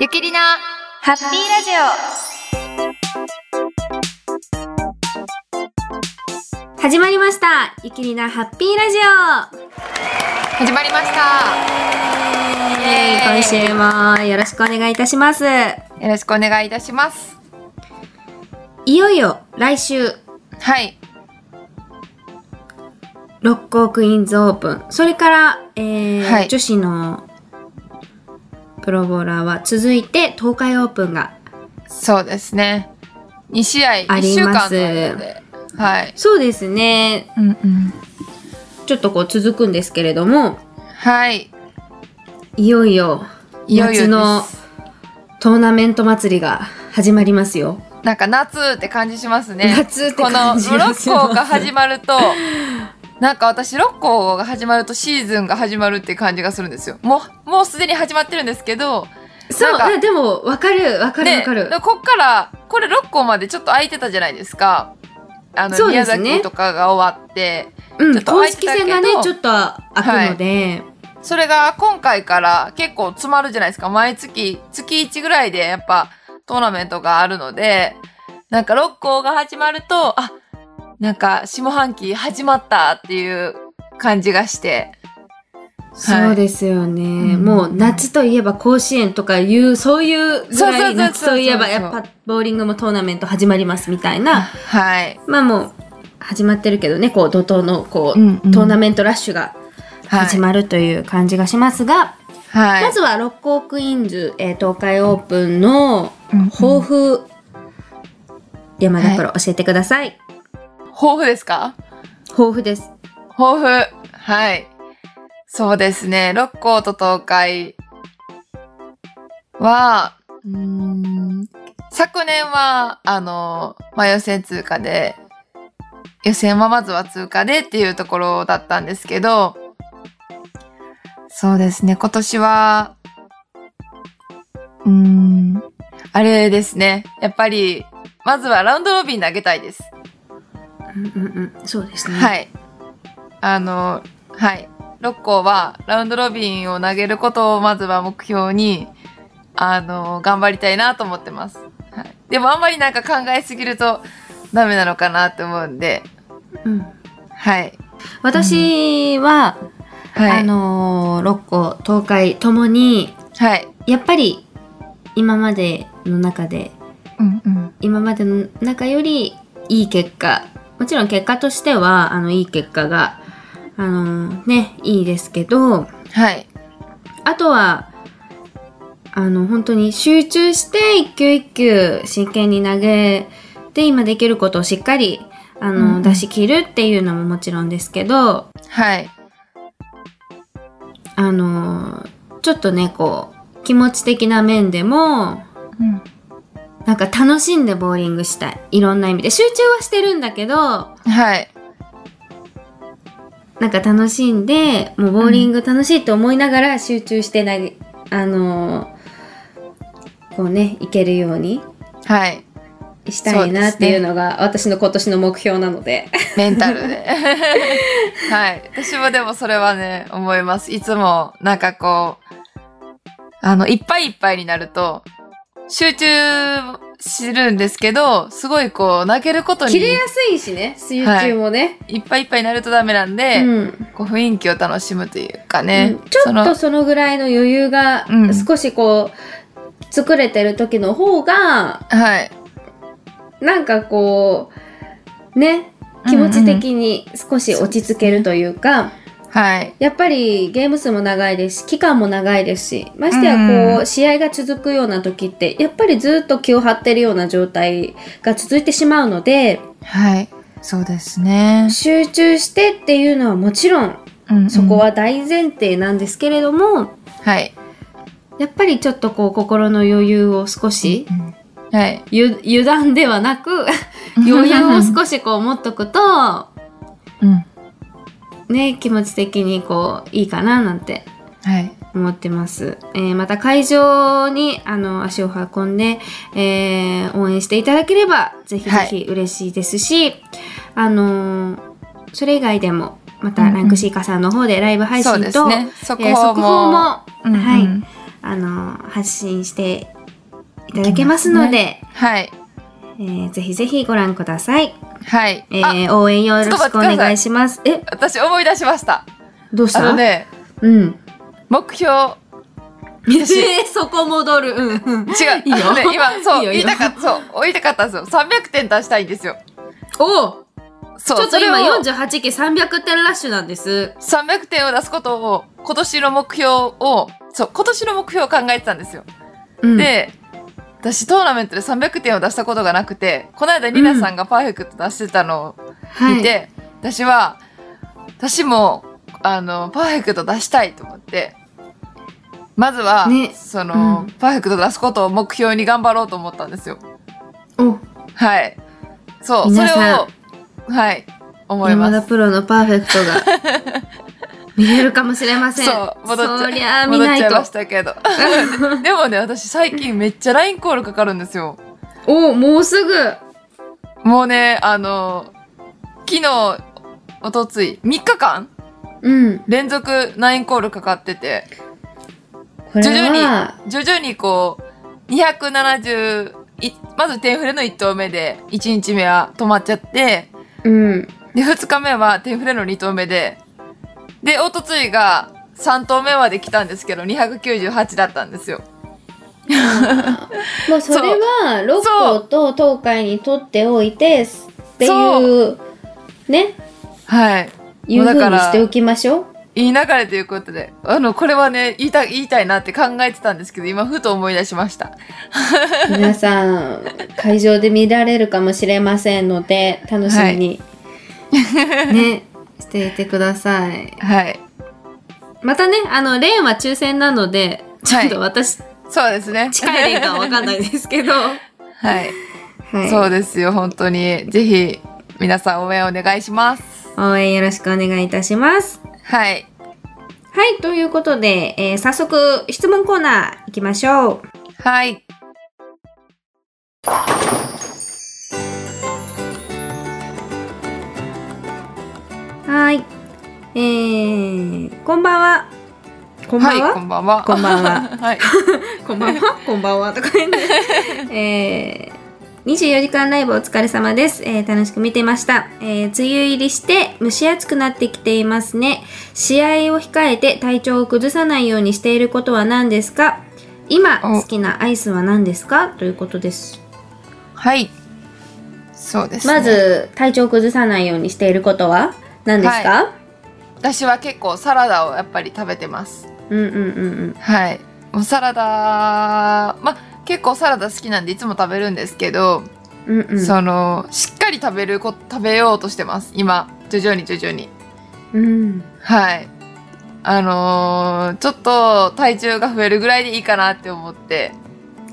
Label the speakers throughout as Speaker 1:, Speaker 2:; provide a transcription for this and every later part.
Speaker 1: ゆきりなハッピーラジ
Speaker 2: 始まりましたゆきりなハッピーラジ
Speaker 1: オ始まりました
Speaker 2: オ、えー、今週もよろしくお願いいたします
Speaker 1: よろしくお願いいたします
Speaker 2: いよいよ来週
Speaker 1: はい
Speaker 2: 六甲クイーンズオープンそれから、えー
Speaker 1: はい
Speaker 2: 女子のプロボウラーは続いて東海オープンが
Speaker 1: そうですね2試合
Speaker 2: あ
Speaker 1: 1
Speaker 2: り
Speaker 1: 週
Speaker 2: ま
Speaker 1: 間
Speaker 2: す
Speaker 1: の間ではい
Speaker 2: そうですね
Speaker 1: うんうん
Speaker 2: ちょっとこう続くんですけれども
Speaker 1: はい
Speaker 2: いよいよ
Speaker 1: いよいよ
Speaker 2: 夏の
Speaker 1: です
Speaker 2: トーナメント祭りが始まりますよ
Speaker 1: なんか夏って感じしますね
Speaker 2: 夏って感じ
Speaker 1: この
Speaker 2: が
Speaker 1: 六
Speaker 2: します
Speaker 1: 校が始まるとなんか私六校が始まるとシーズンが始まるって感じがするんですよもうもうすでに始まってるんですけど
Speaker 2: そう
Speaker 1: なんか
Speaker 2: あでもわかるわかるわかる、
Speaker 1: でこっからこれ6校までちょっと空いてたじゃないですかあの、
Speaker 2: そうで
Speaker 1: 宮
Speaker 2: すね
Speaker 1: 崎とかが終わって
Speaker 2: う
Speaker 1: ちょ
Speaker 2: ん
Speaker 1: っと空
Speaker 2: 公
Speaker 1: いて
Speaker 2: 式
Speaker 1: たけど
Speaker 2: 戦がねちょっと開くので、
Speaker 1: それが今回から結構詰まるじゃないですか毎月月1ぐらいでやっぱトーナメントがあるのでなんか6校が始まるとあなんか下半期始まったっていう感じがしてはい
Speaker 2: そうですよね、
Speaker 1: うん
Speaker 2: もう夏といえば甲子園とかいうそういうぐ
Speaker 1: そうそうそうそう
Speaker 2: らい夏といえば
Speaker 1: そうそう
Speaker 2: やっぱボーリングもトーナメント始まりますみたいな
Speaker 1: はい、
Speaker 2: まあもう始まってるけどねこう怒涛のこう、トーナメントラッシュが始まるという感じがしますが、
Speaker 1: はい、
Speaker 2: まずは六甲クイーンズ、えー東海オープンの
Speaker 1: うんうん
Speaker 2: 抱負、山田プロ教えてください、
Speaker 1: 豊富ですか
Speaker 2: 抱負です
Speaker 1: 抱負はいそうですね六甲と東海はうーん昨年はあの、まあ、予選通過で予選はまずは通過でっていうところだったんですけどそうですね今年はうーんあれですねやっぱりまずはラウンドロビン投げたいです
Speaker 2: うんうんうんそうですね
Speaker 1: はい。あの、はい。6校はラウンドロビンを投げることをまずは目標に、あの、頑張りたいなと思ってます。はい、でもあんまりなんか考えすぎるとダメなのかなって思うんで、
Speaker 2: うん
Speaker 1: はい。
Speaker 2: 私は、
Speaker 1: はい。
Speaker 2: あのー六甲東海ともに
Speaker 1: はい。
Speaker 2: やっぱり今までの中で
Speaker 1: うんうん。
Speaker 2: 今までの中よりいい結果もちろん結果としてはあのいい結果があのーねいいですけど
Speaker 1: はい。
Speaker 2: あとはあの本当に集中して一球一球真剣に投げて今できることをしっかりあの、
Speaker 1: うん
Speaker 2: 出し切るっていうのももちろんですけど
Speaker 1: はい。
Speaker 2: あのーちょっとねこう気持ち的な面でも
Speaker 1: うん。
Speaker 2: なんか楽しんでボーリングしたいいろんな意味で集中はしてるんだけど
Speaker 1: はい。
Speaker 2: なんか楽しんでもうボーリング楽しいと思いながら集中して投げ、あのーこうねいけるように
Speaker 1: はい。
Speaker 2: したいなっていうのが私の今年の目標なので
Speaker 1: メンタルで。はい。私もでもそれはね、思います。いつも、なんかこう、あの、いっぱいいっぱいになると、集中するんですけど、すごいこう、泣けることに、
Speaker 2: 切れや
Speaker 1: い
Speaker 2: すいしね水中もね、
Speaker 1: っぱいいっぱいになるとダメなんで、
Speaker 2: うん
Speaker 1: こう、雰囲気を楽しむというかね。
Speaker 2: うんちょ
Speaker 1: そ
Speaker 2: っと
Speaker 1: の
Speaker 2: そのぐらいの余裕が
Speaker 1: うん
Speaker 2: 少しこう作れてる時の方が
Speaker 1: はい。
Speaker 2: なんかこうね気持ち的に少し落ち着けるというか、
Speaker 1: はい。
Speaker 2: やっぱりゲーム数も長いですし期間も長いですしましてやこう、
Speaker 1: うん
Speaker 2: 試合が続くような時ってやっぱりずっと気を張ってるような状態が続いてしまうので
Speaker 1: はい。そうですね。
Speaker 2: 集中してっていうのはもちろん
Speaker 1: うんうん
Speaker 2: そこ。は大前提なんですけれども、
Speaker 1: はい。
Speaker 2: やっぱりちょっとこう心の余裕を少し、
Speaker 1: はい。
Speaker 2: ゆ油断ではな く余裕を少しこう持っとくと
Speaker 1: うん。
Speaker 2: ね気持ち的にこういいかななんて
Speaker 1: はい。
Speaker 2: 思ってます、えーまた会場にあの足を運んで、えー応援していただければぜひぜひ嬉しいですし、あのーそれ以外でもまたランクシーカさんの方でライブ配
Speaker 1: そう
Speaker 2: 信
Speaker 1: です
Speaker 2: と、
Speaker 1: ね。
Speaker 2: えー速報も、
Speaker 1: うんうん
Speaker 2: はいあの発信していただけますので、
Speaker 1: はい。
Speaker 2: えーぜひぜひご覧ください。
Speaker 1: はい。
Speaker 2: え
Speaker 1: あ、
Speaker 2: ー、応援よろしくお願いします。え、
Speaker 1: 私思い出しました。
Speaker 2: どうし
Speaker 1: あ
Speaker 2: た
Speaker 1: のね、
Speaker 2: うん。
Speaker 1: 目標、
Speaker 2: えそこ戻る。うんうん。
Speaker 1: 違う。
Speaker 2: いいよ
Speaker 1: あのね今、そう、
Speaker 2: いいよ
Speaker 1: 言
Speaker 2: いい
Speaker 1: い
Speaker 2: よ
Speaker 1: たかった、そう、言いたかったんですよ。300点出したいんですよ。
Speaker 2: お
Speaker 1: そう、
Speaker 2: ちょっと
Speaker 1: それを
Speaker 2: 今48期300点ラッシュなんです。
Speaker 1: 300点を出すことを、今年の目標を、そう、今年の目標を考えてたんですよ。
Speaker 2: うん、
Speaker 1: で、私トーナメントで300点を出したことがなくて、この間リナさんがパーフェクト出してたのを
Speaker 2: は
Speaker 1: 見て、私は、私も、あの、パーフェクト出したいと思って、まずは、
Speaker 2: ね
Speaker 1: その、
Speaker 2: うん
Speaker 1: パーフェクト出すことを目標に頑張ろうと思ったんですよ。
Speaker 2: お、
Speaker 1: はい。そう、そ
Speaker 2: 皆
Speaker 1: れ
Speaker 2: さ
Speaker 1: を
Speaker 2: ん、
Speaker 1: はい、思いま
Speaker 2: 山田
Speaker 1: す。
Speaker 2: プロのパーフェクトが 見れるかもしれません。
Speaker 1: そう、戻っちゃ
Speaker 2: そりゃあ見
Speaker 1: 戻っ
Speaker 2: な
Speaker 1: ちゃ
Speaker 2: い
Speaker 1: いまし
Speaker 2: と。
Speaker 1: たけど。 でもね、私最近めっちゃ LINE コールかかるんですよ。
Speaker 2: お、もうすぐ。
Speaker 1: もうね、あの、昨日、おとつい、3日間
Speaker 2: うん。
Speaker 1: 連続ナインコールかかってて、
Speaker 2: これ
Speaker 1: 徐々
Speaker 2: は、
Speaker 1: に、徐々にこう、270、いまずテンフレの1投目で、1日目は止まっちゃって、
Speaker 2: うん。
Speaker 1: で、2日目はテンフレの2投目で、で、おとついが3投目まで来たんですけど、298だったんですよ。
Speaker 3: もうそれは六甲と東海にとっておいてっていうね
Speaker 1: はい。
Speaker 3: いうふ
Speaker 1: もうだか
Speaker 3: うに
Speaker 1: ら
Speaker 3: しておきまし ょう。
Speaker 1: いい流れということで、あの、これはね、言いたい、言いたいなって考えてたんですけど、今ふと思い出しました。
Speaker 3: 皆さん会場で見られるかもしれませんので楽しみに、
Speaker 2: ね、していてください。
Speaker 1: はい。
Speaker 2: またね、あの、レーンは抽選なので、ちょっ
Speaker 1: はい
Speaker 2: と私、
Speaker 1: そうですね。
Speaker 2: 近いレーンかはわかんないですけ ど。
Speaker 1: はい。
Speaker 2: はい
Speaker 1: そうですよ、本当に。ぜひ、皆さん応援お願いします。
Speaker 2: 応援よろしくお願いいたします。
Speaker 1: はい。
Speaker 2: はい、ということで、えー早速質問コーナー行きましょう。
Speaker 1: はい。
Speaker 2: はい。えー、こんばんは。こんばんは、
Speaker 1: い、こんばんは。
Speaker 2: こんばんは
Speaker 1: はい。
Speaker 2: こんばんは。こんばんは。とか言 って。えー24時間ライブお疲れ様です、えー楽しく見てました、えー梅雨入りして蒸し暑くなってきていますね試合を控えて体調を崩さないようにしていることは何ですか今
Speaker 1: お
Speaker 2: 好きなアイスは何ですかということです
Speaker 1: はい。そうです、ね。
Speaker 2: ま、ず体調を崩さないようにしていることは何ですか、
Speaker 1: 私は結構サラダをやっぱり食べてます。
Speaker 2: うんうんうん
Speaker 1: はい。もうサラダ、ま、結構サラダ好きなんでいつも食べるんですけど、
Speaker 2: うんうんうん
Speaker 1: その、しっかり食べるこ、食べようとしてます。今、徐々に徐々に。
Speaker 2: うん
Speaker 1: はい。あのーちょっと体重が増えるぐらいでいいかなって思って、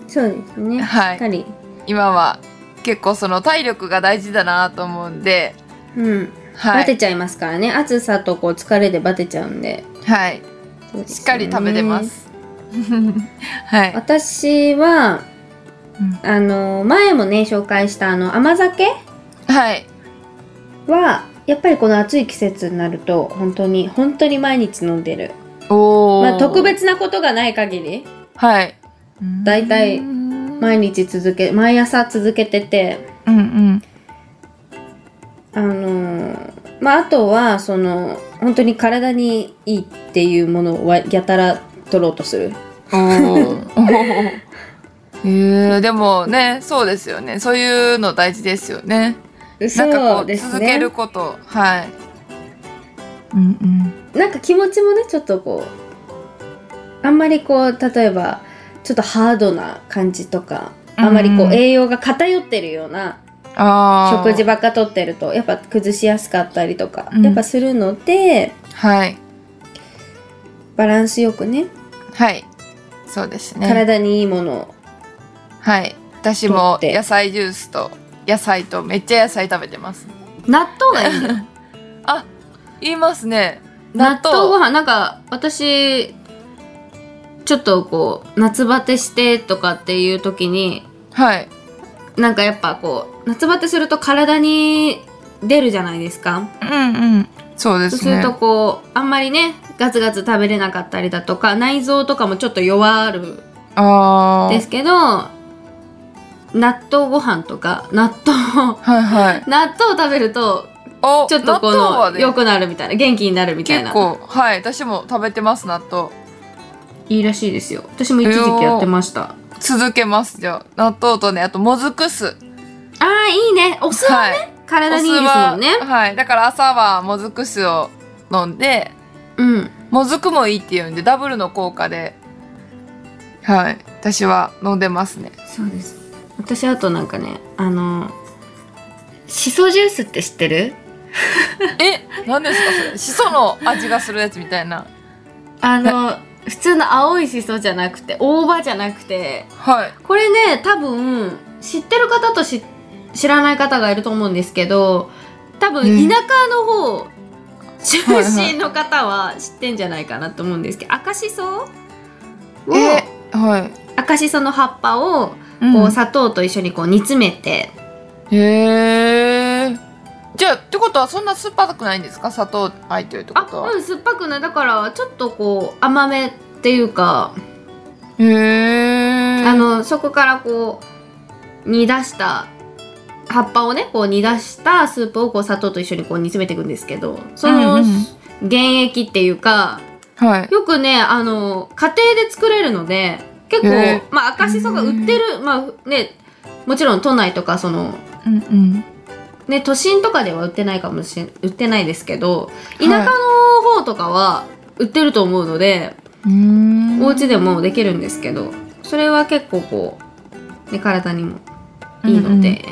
Speaker 2: そうですね
Speaker 1: はい
Speaker 2: しっかり
Speaker 1: 今は結構その体力が大事だなと思うんで、
Speaker 2: うん
Speaker 1: は
Speaker 2: バテ
Speaker 1: い。
Speaker 2: ちゃいますからね暑さとこう疲れでバテちゃうんで
Speaker 1: はい。
Speaker 2: そうです
Speaker 1: し
Speaker 2: よね
Speaker 1: っかり食べてます。はい。
Speaker 2: 私は、
Speaker 1: うん
Speaker 2: あの前もね紹介したあの甘酒
Speaker 1: はい。
Speaker 2: はやっぱりこの暑い季節になると本当に本当に毎日飲んでる
Speaker 1: おー。
Speaker 2: まあ特。別なことがない限り
Speaker 1: はい。
Speaker 2: 大体
Speaker 1: うん
Speaker 2: 毎日続け毎朝続けてて
Speaker 1: うんうん。
Speaker 2: あのーまああとはその本当に体にいいっていうものはやたら取ろうとする
Speaker 1: おー おー。えー、でもね、そうですよね。そういうの大事ですよね。なんかこ
Speaker 2: そう
Speaker 1: う
Speaker 2: ですね
Speaker 1: 続けること、はい。うんうん。
Speaker 2: なんか気持ちもねちょっとこうあんまりこう例えばちょっとハードな感じとかあんまりこ
Speaker 1: うん
Speaker 2: う栄養が偏ってるような
Speaker 1: ああ。
Speaker 2: 食事ばっかとってるとやっぱ崩しやすかったりとか、
Speaker 1: うん
Speaker 2: やっぱするので
Speaker 1: はい
Speaker 2: バランスよくね
Speaker 1: はい。そうですね。
Speaker 2: 体にいいものを、
Speaker 1: はい。私も
Speaker 2: 取って
Speaker 1: 野菜ジュースと野菜とめっちゃ野菜食べてます。
Speaker 2: 納豆がいいんだよ
Speaker 1: あ、言いますね。
Speaker 2: 納
Speaker 1: 納
Speaker 2: 豆ご
Speaker 1: 豆。
Speaker 2: 飯なんか私ちょっとこう夏バテしてとかっていう時に
Speaker 1: はい。
Speaker 2: なんかやっぱこう夏バテすると体に出るじゃないですか
Speaker 1: うんうん。そうです
Speaker 2: そう
Speaker 1: ね。
Speaker 2: するとこうあんまりねガツガツ食べれなかったりだとか内臓とかもちょっと弱る
Speaker 1: ああ。
Speaker 2: ですけど納豆ご飯とか納豆
Speaker 1: はいはい。
Speaker 2: 納豆を食べると
Speaker 1: お
Speaker 2: ちょっとこ
Speaker 1: 納豆は
Speaker 2: の
Speaker 1: ね
Speaker 2: 良くなるみたいな元気になるみたい
Speaker 1: 結
Speaker 2: な
Speaker 1: 構はい私も食べてます納豆
Speaker 2: いいらしいですよ私も一時期やってました
Speaker 1: 続けますじゃあ納豆とねあともずく酢
Speaker 2: あーいいねお酢は
Speaker 1: はい
Speaker 2: 体にいいですも
Speaker 1: は、
Speaker 2: んね
Speaker 1: はいだから朝はもずく酢を飲んで
Speaker 2: うん
Speaker 1: もずくもいいっていうんでダブルの効果ではい私は飲んでますね
Speaker 2: そうです私あとなんかねあの
Speaker 3: しそジュースって知ってる
Speaker 1: え何ですかそれしその味がするやつみたいな
Speaker 2: あの普通の青いしそじゃなくて大葉じゃなくて
Speaker 1: はい
Speaker 2: これね多分知ってる方とし知らない方がいると思うんですけど多分
Speaker 1: うん
Speaker 2: 田舎の方、中
Speaker 1: はい
Speaker 2: 心の方は知ってんじゃないかなと思うんですけど赤しそを
Speaker 1: えはい
Speaker 2: 赤しその葉っぱを
Speaker 1: うん
Speaker 2: こう砂糖と一緒にこう煮詰めて、
Speaker 1: へえじゃあってことはそんな酸っぱくないんですか砂糖入ってるってこと
Speaker 2: あ
Speaker 1: は
Speaker 2: うん酸っぱくないだからちょっとこう甘めっていうか、
Speaker 1: へえ
Speaker 2: あのそこからこう煮出した葉っぱをねこう煮出したスープをこう砂糖と一緒にこう煮詰めていくんですけどその
Speaker 1: うんうん
Speaker 2: 原液っていうか、
Speaker 1: はい
Speaker 2: よくねあの家庭で作れるので結構、
Speaker 1: へ
Speaker 2: まあ赤しそが売ってる、まあねもちろん都内とかその
Speaker 1: うんうん
Speaker 2: ね都心とかでは売ってないかもしれ売ってないですけ
Speaker 1: は
Speaker 2: ど田
Speaker 1: い
Speaker 2: 舎の方とかは売ってると思うので、
Speaker 1: うーん
Speaker 2: お家でもできるんですけどそれは結構こう、ね、体にもいいので、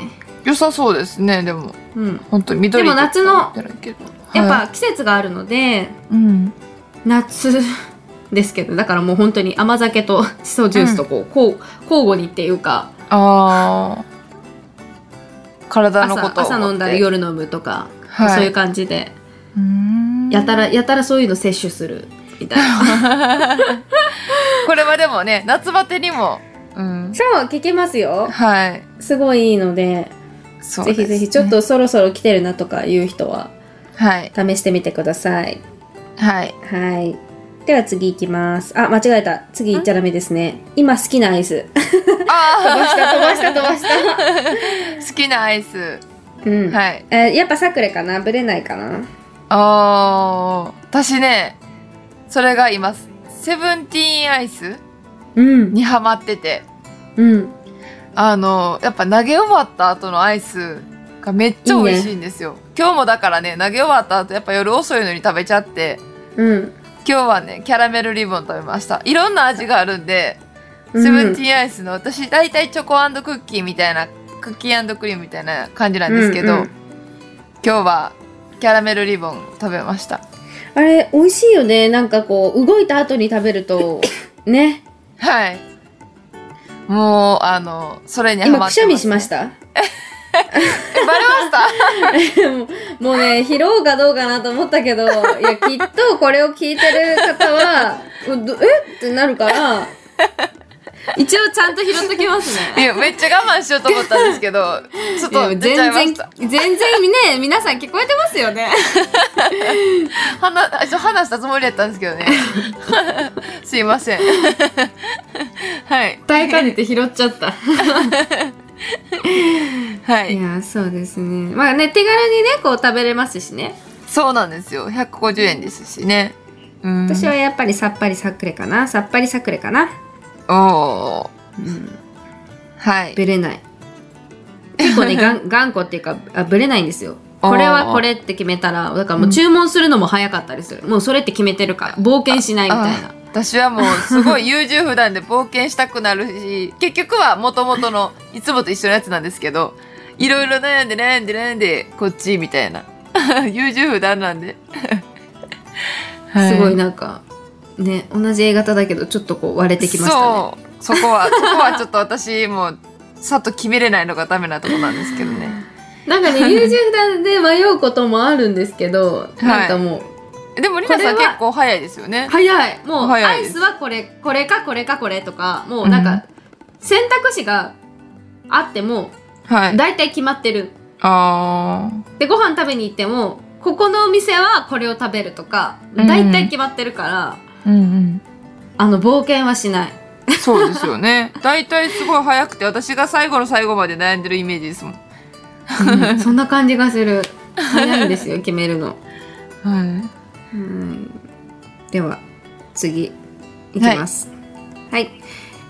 Speaker 1: 良さそうですねでも
Speaker 2: うん
Speaker 1: 本当に緑
Speaker 2: でも夏の
Speaker 1: とかだったらいいけど
Speaker 2: やっ
Speaker 1: は
Speaker 2: ぱ季節があるので
Speaker 1: いうん
Speaker 2: 夏ですけどだからもう本当に甘酒としそジュースとこう、こう交互にっていうか
Speaker 1: あー体の
Speaker 2: 朝
Speaker 1: ことを思って
Speaker 2: 朝飲んだり夜飲むとか、
Speaker 1: はい
Speaker 2: そういう感じで
Speaker 1: うーん
Speaker 2: やたらやたらそういうの摂取するみたいな
Speaker 1: これはでもね夏バテにもうん
Speaker 2: そう聞けますよ
Speaker 1: はい
Speaker 2: すごいいいので
Speaker 1: そう
Speaker 2: ぜ
Speaker 1: ですね
Speaker 2: ひぜひちょっとそろそろ来てるなとかいう人は
Speaker 1: はい
Speaker 2: 試してみてください
Speaker 1: はい
Speaker 2: はい。では次行きます。あ、間違えた。次行っちゃダメですね。今好きなアイス。 飛ば
Speaker 1: あ
Speaker 2: した飛ばした飛ばした。
Speaker 1: ー好きなアイス
Speaker 2: うん。
Speaker 1: はい
Speaker 2: えーやっぱサクレかなブレないかな
Speaker 1: あー私ねそれが今セブンティーンアイス
Speaker 2: うん。
Speaker 1: にハマってて
Speaker 2: うん。
Speaker 1: あのやっぱ投げ終わった後のアイスがめっちゃ美味しいんですよ今日もだからね投げ終わった後やっぱ夜遅いのに食べちゃって
Speaker 2: うん。
Speaker 1: 今日はねキャラメルリボン食べましたいろんな味があるんで、
Speaker 2: うん
Speaker 1: セブンティーンアイスの私大体チョコクッキーみたいなクッキークリームみたいな感じなんですけど、
Speaker 2: うんうん
Speaker 1: 今日はキャラメルリボン食べました
Speaker 3: あれ美味しいよねなんかこう動いた後に食べる とね
Speaker 1: はいもうあのそれにハマって
Speaker 3: 今くしゃみしました
Speaker 1: たバレました
Speaker 3: もう もうね拾うかどうかなと思ったけどい やきっとこれを聞いてる方はもうどえってなる から
Speaker 2: 一応ちゃんと拾っときます
Speaker 1: い
Speaker 2: ね。
Speaker 1: やめっちゃ我慢しようと思ったんですけど ちょっと
Speaker 2: いや
Speaker 1: 出ちゃいま
Speaker 2: 全
Speaker 1: し
Speaker 2: 然
Speaker 1: た、
Speaker 2: 全然ね、皆さん聞こえてますよ ね。
Speaker 1: 話話したつもりだったんですけど ねすいませんはい
Speaker 2: 大かねて拾っちゃった。
Speaker 1: はいい
Speaker 2: や、そうですね。まあね、手軽にね、こう食べれますしね。
Speaker 1: そうなんですよ150円ですしねうん
Speaker 2: 私はやっぱりさっぱりサクレかな。さっぱりサクレかな。
Speaker 1: おー
Speaker 2: うん。
Speaker 1: はい
Speaker 2: ぶ れない結構ねがん頑固っていうかあぶれないんですよこれ
Speaker 1: あ
Speaker 2: は
Speaker 1: ー
Speaker 2: これって決めたらだからもう注文するのも早かったりする、もうそれって決めてるから冒険しないみたい
Speaker 1: あ
Speaker 2: な
Speaker 1: 私はもうすごい優柔不断で冒険したくなるし結局はもともとのいつもと一緒のやつなんですけどいろいろ悩んで悩んで悩んでこっちみたいな 優柔不断なんで、は
Speaker 2: すごいなんかね同じ A 型だけどちょっとこう割れてきましたね
Speaker 1: そうそこはそこはちょっと私もうさっと決めれないのがダメなとこなんですけどね
Speaker 2: なんかね優柔不断で迷うこともあるんですけど、なんかもう
Speaker 1: でもりなさん
Speaker 2: これは
Speaker 1: 結構早いですよね
Speaker 2: 早いもう
Speaker 1: 早
Speaker 2: ア
Speaker 1: い
Speaker 2: イ
Speaker 1: です
Speaker 2: スはこれこれかこれかこれとかもうなんか選択肢があっても
Speaker 1: はい
Speaker 2: 大体決まってる
Speaker 1: あ
Speaker 2: でご飯食べに行ってもここのお店はこれを食べるとか
Speaker 1: うん
Speaker 2: 大体決まってるから、
Speaker 1: うん
Speaker 2: あの冒険はしない
Speaker 1: うん、そうですよね大体すごい早くて私が最後の最後まで悩んでるイメージですもん、
Speaker 2: うんそんな感じがする。早いんですよ、決めるの。
Speaker 1: は
Speaker 2: うんでは、次、いきます。はい。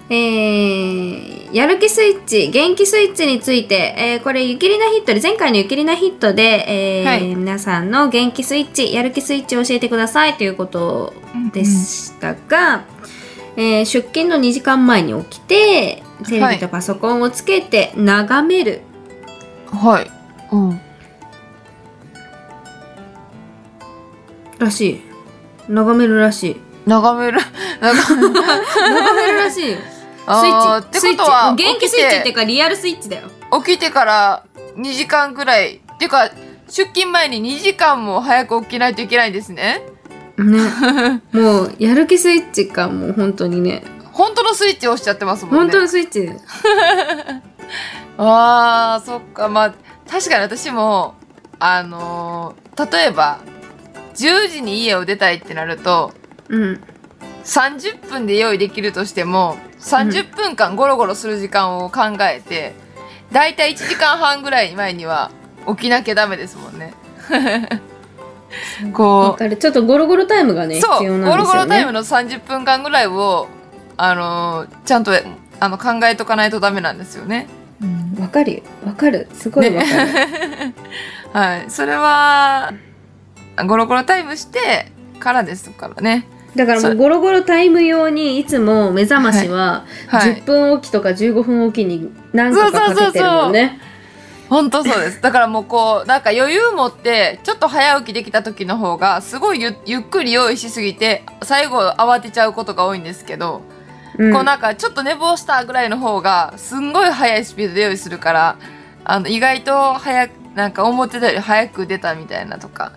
Speaker 2: えー、やる気スイッチ、元気スイッチについて、えーこれ、ゆきりなヒットで、前回のゆきりなヒットで、えー
Speaker 1: はい
Speaker 2: 皆さんの元気スイッチ、やる気スイッチを教えてくださいということでしたが、えー出勤の2時間前に起きて、テレビとパソコンをつけて眺める。
Speaker 1: い、はいうん、
Speaker 2: らしい眺めるら しい
Speaker 1: 眺める眺める
Speaker 2: 眺めるらしいよスイ
Speaker 1: あー
Speaker 2: ッ
Speaker 1: っ
Speaker 2: チ
Speaker 1: て
Speaker 2: スイッ
Speaker 1: こ
Speaker 2: チ
Speaker 1: とは
Speaker 2: 元
Speaker 1: 起
Speaker 2: 気
Speaker 1: き
Speaker 2: スイッチってい
Speaker 1: て
Speaker 2: うかリアルスイッチだよ
Speaker 1: 起きてから2時間くらいっていうか出勤前に2時間も早く起きないといけないんですね
Speaker 2: ね もうやる気スイッチかもう本当にね
Speaker 1: 本当のスイッチ押しちゃってますもんね
Speaker 2: 本当のスイッチ
Speaker 1: あーそっかまあ確かに私もあのー例えば10時に家を出たいってなると
Speaker 2: うん
Speaker 1: 30分で用意できるとしても30分間ゴロゴロする時間を考えて、だいたい1時間半ぐらい前には起きなきゃダメですもんね。
Speaker 2: わ
Speaker 1: こう
Speaker 2: かるちょっとゴロゴロタイムがね必
Speaker 1: そう、
Speaker 2: 要な
Speaker 1: ゴ
Speaker 2: ん
Speaker 1: ロ
Speaker 2: です
Speaker 1: ゴ
Speaker 2: よ
Speaker 1: ロタイム
Speaker 2: ね
Speaker 1: の30分間ぐらいをあのーちゃんとあの考えとかないとダメなんですよね。
Speaker 2: わかるよわかるすごいわかる、
Speaker 1: はい、それはゴロゴロタイムしてからですからね。
Speaker 2: だからも
Speaker 1: そうう
Speaker 2: ゴロゴロタイム用にいつも目覚ましは
Speaker 1: はい
Speaker 2: 10、分おきとか15分おきに何個かかけてるもんね
Speaker 1: 本当そうです。だからもうこうなんか余裕持ってちょっと早起きできた時の方がすごいゆゆっくり用意しすぎて最後慌てちゃうことが多いんですけど、
Speaker 2: うん
Speaker 1: こうなんかちょっと寝坊したぐらいの方がすんごい速いスピードで用意するから、あの意外と早くなんか思ってたより早く出たみたいなとか。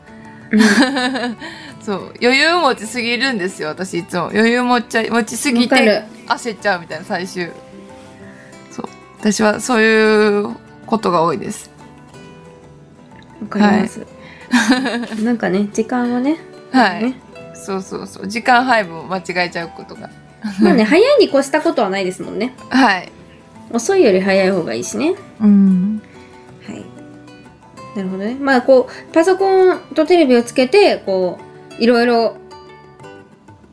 Speaker 2: うん
Speaker 1: そう余裕持ちすぎるんですよ私いつも余裕持っちゃい持ちすぎ
Speaker 2: わかる
Speaker 1: て焦っちゃうみたいな最終そう私はそういうことが多いです
Speaker 2: わかります。 なんかね、時間をね。
Speaker 1: はい、
Speaker 2: ね
Speaker 1: そうそうそう時間配分を間違えちゃうことが
Speaker 2: まあね、早いに越したことはないですもんね。
Speaker 1: はい
Speaker 2: 遅いより早い方がいいしね。
Speaker 1: うん
Speaker 2: はい。なるほどね。まあこう、パソコンとテレビをつけて、こう、いろいろ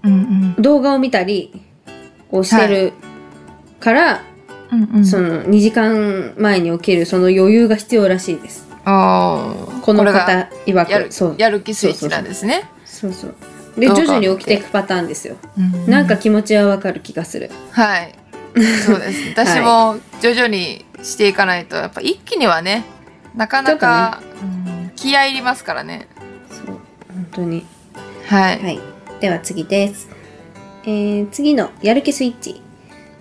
Speaker 1: うんうん
Speaker 2: 動画を見たり、こうしてるから、
Speaker 1: うんうん
Speaker 2: その2時間前に起きるその余裕が必要らしいです。
Speaker 1: あー
Speaker 2: この
Speaker 1: れが
Speaker 2: 方曰
Speaker 1: やる
Speaker 2: く。そう。
Speaker 1: やる気スイッチなんですね
Speaker 2: そうそう。で、
Speaker 1: 動画
Speaker 2: 徐
Speaker 1: を
Speaker 2: 々に起きていくパターンですよ。
Speaker 1: うん
Speaker 2: なんか気持ちはわかる気がする。
Speaker 1: はい。そう です。私も徐々にしていかないと、やっぱ一気にはね、なかなか、うん気合い入りますからね。
Speaker 2: そう。本当に。
Speaker 1: はい。
Speaker 2: はい。では次です。えー次のやる気スイッチ。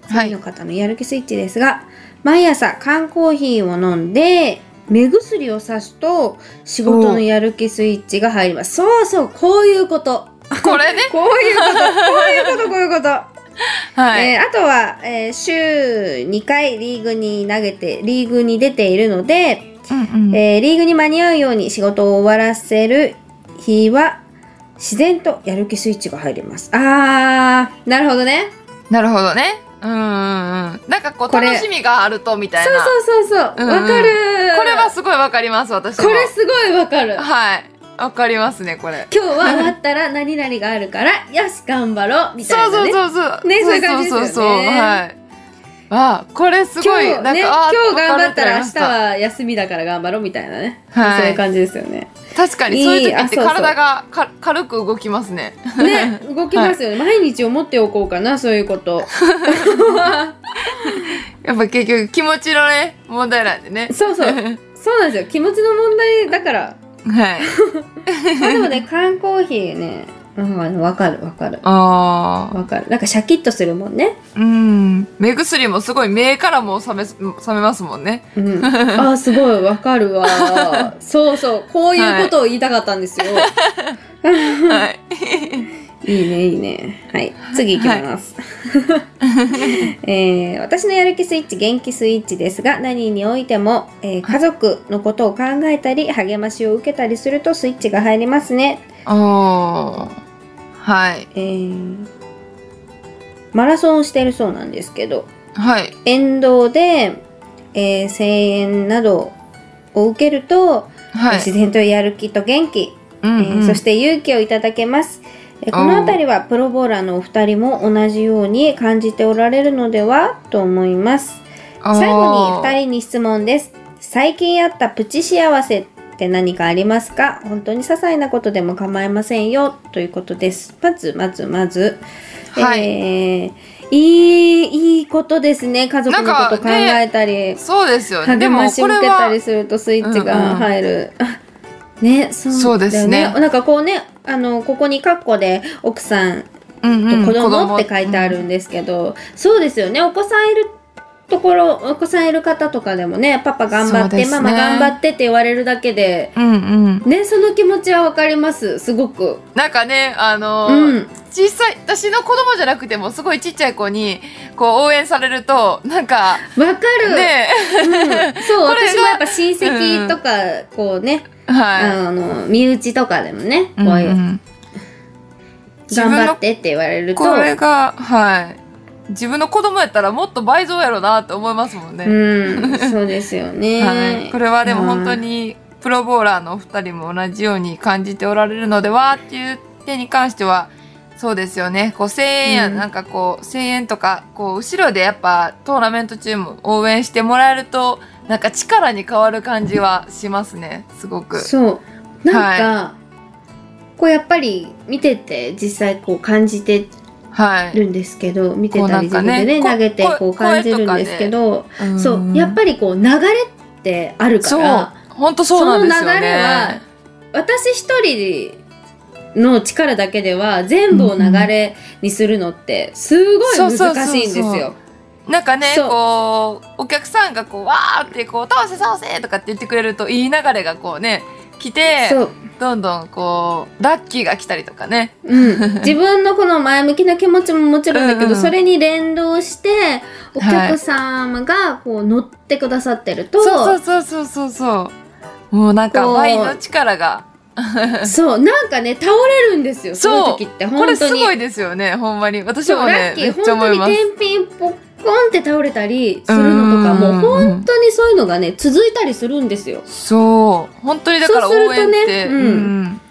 Speaker 1: はい
Speaker 2: 次の方のやる気スイッチですが、毎朝缶コーヒーを飲んで、目薬をさすと仕事のやる気スイッチが入ります。そうそう、こういうこと。
Speaker 1: これね。
Speaker 2: こういうこと、こういうこと、こういうこと。
Speaker 1: はい。
Speaker 2: えーあとは、えー週2回リーグに投げて、リーグに出ているので、
Speaker 1: うんうん
Speaker 2: えーリーグに間に合うように仕事を終わらせる日は自然とやる気スイッチが入ります。あー、なるほどね。
Speaker 1: なるほどね。うんうんうん。なんかこう
Speaker 2: これ
Speaker 1: 楽しみがあるとみたい
Speaker 2: そう
Speaker 1: な。
Speaker 2: そうそうそう。
Speaker 1: うん
Speaker 2: わ、かる
Speaker 1: これはすごいわかります私
Speaker 2: こ
Speaker 1: も。
Speaker 2: れすごいわかる。
Speaker 1: はい。わかりますねこれ。
Speaker 2: 今日は終わったら何々があるから、よし、頑張ろうみた
Speaker 1: そ
Speaker 2: いうな、
Speaker 1: そう
Speaker 2: ね。
Speaker 1: そうそう。
Speaker 2: ね
Speaker 1: そ
Speaker 2: そうういう感じですよね
Speaker 1: そうそうそうはい。あ、これすごい
Speaker 2: 今日
Speaker 1: なん
Speaker 2: ね、
Speaker 1: かあー
Speaker 2: 今日頑張
Speaker 1: わかるっ
Speaker 2: ったら明日
Speaker 1: てなりました
Speaker 2: は休みだから頑張ろうみたいなね。
Speaker 1: はい
Speaker 2: そういう感じですよね。
Speaker 1: 確かにそういう時って
Speaker 2: いいあそうそう
Speaker 1: 体がか軽く動きますね。
Speaker 2: ね、動きますよね。毎日思っておこうかな、そういうこと。
Speaker 1: やっぱ結局気持ちのね問題なんでね。
Speaker 2: そうそう。そうなんですよ。気持ちの問題だから。
Speaker 1: はい。
Speaker 2: まあでもね、缶コーヒーね、うん、わかるわかる。
Speaker 1: ああ。
Speaker 2: わかる。なんかシャキッとするもんね。
Speaker 1: うん。目薬もすごい目からも覚め覚めますもん ね。
Speaker 2: うん。あー、すごいわかるわ。そうそう。こういうことを言いたかったんですよ。
Speaker 1: はい。
Speaker 2: い、いね、いいね。はい。次行きます。 えー私のやる気スイッチ元気スイッチですが何においても、えー家族のことを考えたり励ましを受けたりするとスイッチが入りますね、
Speaker 1: おーはい
Speaker 2: えーマラソンをしているそうなんですけど
Speaker 1: はい
Speaker 2: 沿道で、えー声援などを受けると、
Speaker 1: はい
Speaker 2: 自然とやる気と元気、
Speaker 1: うん
Speaker 2: えーそして勇気をいただけます。えーこのあたりはプロボーラーのお二人も同じように感じておられるのではと思います。最後に2
Speaker 1: 人
Speaker 2: 人に質問です。最近あったプチ幸せって何かありますか本当に些細なことでも構いませんよということです。まずまずまず。
Speaker 1: はい
Speaker 2: えーいい、いいことですね。家族のこと考えたり。
Speaker 1: そうですよねで
Speaker 2: 励
Speaker 1: も
Speaker 2: まし
Speaker 1: こ
Speaker 2: 受
Speaker 1: れ
Speaker 2: けた
Speaker 1: は
Speaker 2: りするとスイッ
Speaker 1: う
Speaker 2: チ
Speaker 1: んう
Speaker 2: が
Speaker 1: ん
Speaker 2: 入る。 あね、そうだよ
Speaker 1: そうですね
Speaker 2: なんかこうね、あのここにカッコで奥さん
Speaker 1: うん
Speaker 2: と
Speaker 1: うん
Speaker 2: 子供って書いてあるんですけど、そうですよね。お子さんいるところ、お子さんいる方とかでもね、パパ頑張っ
Speaker 1: そう
Speaker 2: て、
Speaker 1: ですね
Speaker 2: ママ頑張ってって言われるだけで、
Speaker 1: うんうん
Speaker 2: ね、その気持ちはわかります。すごく。
Speaker 1: なんかねあのー
Speaker 2: うん。
Speaker 1: 小さい私の子供じゃなくてもすごいちっちゃい子にこう応援されるとなんか
Speaker 2: わかる。
Speaker 1: ね
Speaker 2: うんそ う、
Speaker 1: これが
Speaker 2: 私もやっぱ親戚とか、こうね、
Speaker 1: はい
Speaker 2: あの身内とかでもね、こうい
Speaker 1: うん
Speaker 2: う
Speaker 1: うん自
Speaker 2: 頑
Speaker 1: 分の
Speaker 2: 張ってって言われると
Speaker 1: これがはい自分の子供やったらもっと倍増やろうなと思いますもんね、
Speaker 2: うん、そうですよね。
Speaker 1: はい、これはでも本当にプロボーラーのお二人も同じように感じておられるのではっていう点に関してはそうですよねこう声援や、
Speaker 2: うん
Speaker 1: なんかこう声援とかこう後ろでやっぱトーナメント中も応援してもらえるとなんか力に変わる感じはしますねすごく。
Speaker 2: そう。なんか、こうやっぱり見てて実際こう感じて
Speaker 1: はい、
Speaker 2: るんですけど、見てたり
Speaker 1: こ
Speaker 2: 自
Speaker 1: うなんかね
Speaker 2: 分でね
Speaker 1: こ
Speaker 2: 投げて
Speaker 1: こ
Speaker 2: こう感じるんですけど、そうやっぱりこう流れってある
Speaker 1: り
Speaker 2: か
Speaker 1: そう
Speaker 2: ら、
Speaker 1: 本当そうなんですよね。
Speaker 2: その流れは私一人の力だけでは全部を流れにするのってすごい
Speaker 1: そうそうそうそう
Speaker 2: 難しいんですよ。
Speaker 1: なんかね
Speaker 2: そう
Speaker 1: こうお客さんがこうわーってこう「倒せ倒せ!」とかって言ってくれるといい流れがこうね来て
Speaker 2: そう。
Speaker 1: どんどんこうラッキーが来たりとかね
Speaker 2: うん、自分のこの前向きな気持ちももちろんだけど、
Speaker 1: うんうん
Speaker 2: それに連動してお客様がこう乗ってくださってると、
Speaker 1: そうそうそうそうそうそうもうなんか
Speaker 2: こう
Speaker 1: ワインの力が
Speaker 2: そうなんかね倒れるんですよそ
Speaker 1: そう
Speaker 2: の時って
Speaker 1: こ
Speaker 2: 本
Speaker 1: れ
Speaker 2: 当
Speaker 1: す
Speaker 2: に
Speaker 1: ごいですよねほんまに私
Speaker 2: そう
Speaker 1: も
Speaker 2: ラ
Speaker 1: ね
Speaker 2: ッキ
Speaker 1: め
Speaker 2: ー
Speaker 1: っちゃ
Speaker 2: 本当
Speaker 1: 思い
Speaker 2: に
Speaker 1: ます
Speaker 2: 天品ポッコンって倒れたりするのとかも
Speaker 1: うん
Speaker 2: 本当にそういうのがね続いたりするんですよ。
Speaker 1: そう本当にだから応
Speaker 2: そうするとね
Speaker 1: 援って
Speaker 2: うん
Speaker 1: ん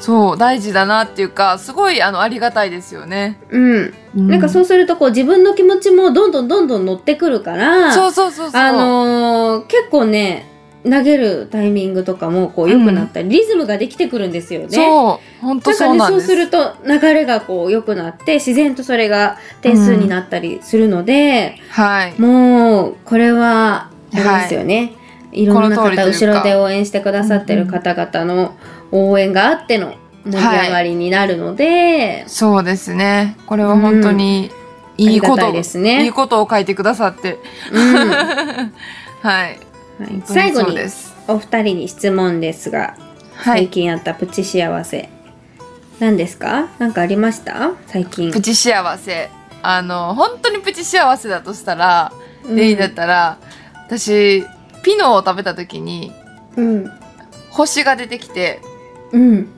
Speaker 1: そう大事だなっていうかすごいあのありがたいですよね、
Speaker 2: うん、なんかそううするとこう自分の気持ちもどんどんどんどん乗ってくるから
Speaker 1: そうそうそうそう
Speaker 2: あのー結構ね投げるタイミングとかもこう良くなったり、リズムができてくるんですよね。
Speaker 1: そう本当
Speaker 2: だか
Speaker 1: そ
Speaker 2: ら
Speaker 1: う
Speaker 2: ね
Speaker 1: なん
Speaker 2: そう
Speaker 1: です
Speaker 2: すると流れがこう良くなって自然とそれが点数になったりするので、
Speaker 1: はい
Speaker 2: もうこれはあれですよね、い、ろんな
Speaker 1: この通り
Speaker 2: 方
Speaker 1: というか
Speaker 2: 後ろで応援してくださってる方々の応援があっての盛り上がりになるので、
Speaker 1: そうですね。これは本当にいい
Speaker 2: ありが
Speaker 1: こ
Speaker 2: た
Speaker 1: と、
Speaker 2: いですね。
Speaker 1: いいことを書いてくださって、
Speaker 2: うん は
Speaker 1: はい。
Speaker 2: い、最後
Speaker 1: そう
Speaker 2: に
Speaker 1: です。
Speaker 2: お二人に質問ですが
Speaker 1: は
Speaker 2: 最
Speaker 1: い。
Speaker 2: 近あったプチ幸せ何ですか何かありました最近
Speaker 1: プチ幸せ。あの本当にプチ幸せだとしたら、例にだったら、私ピノを食べた時に
Speaker 2: うん
Speaker 1: 星が出てきて、
Speaker 2: うん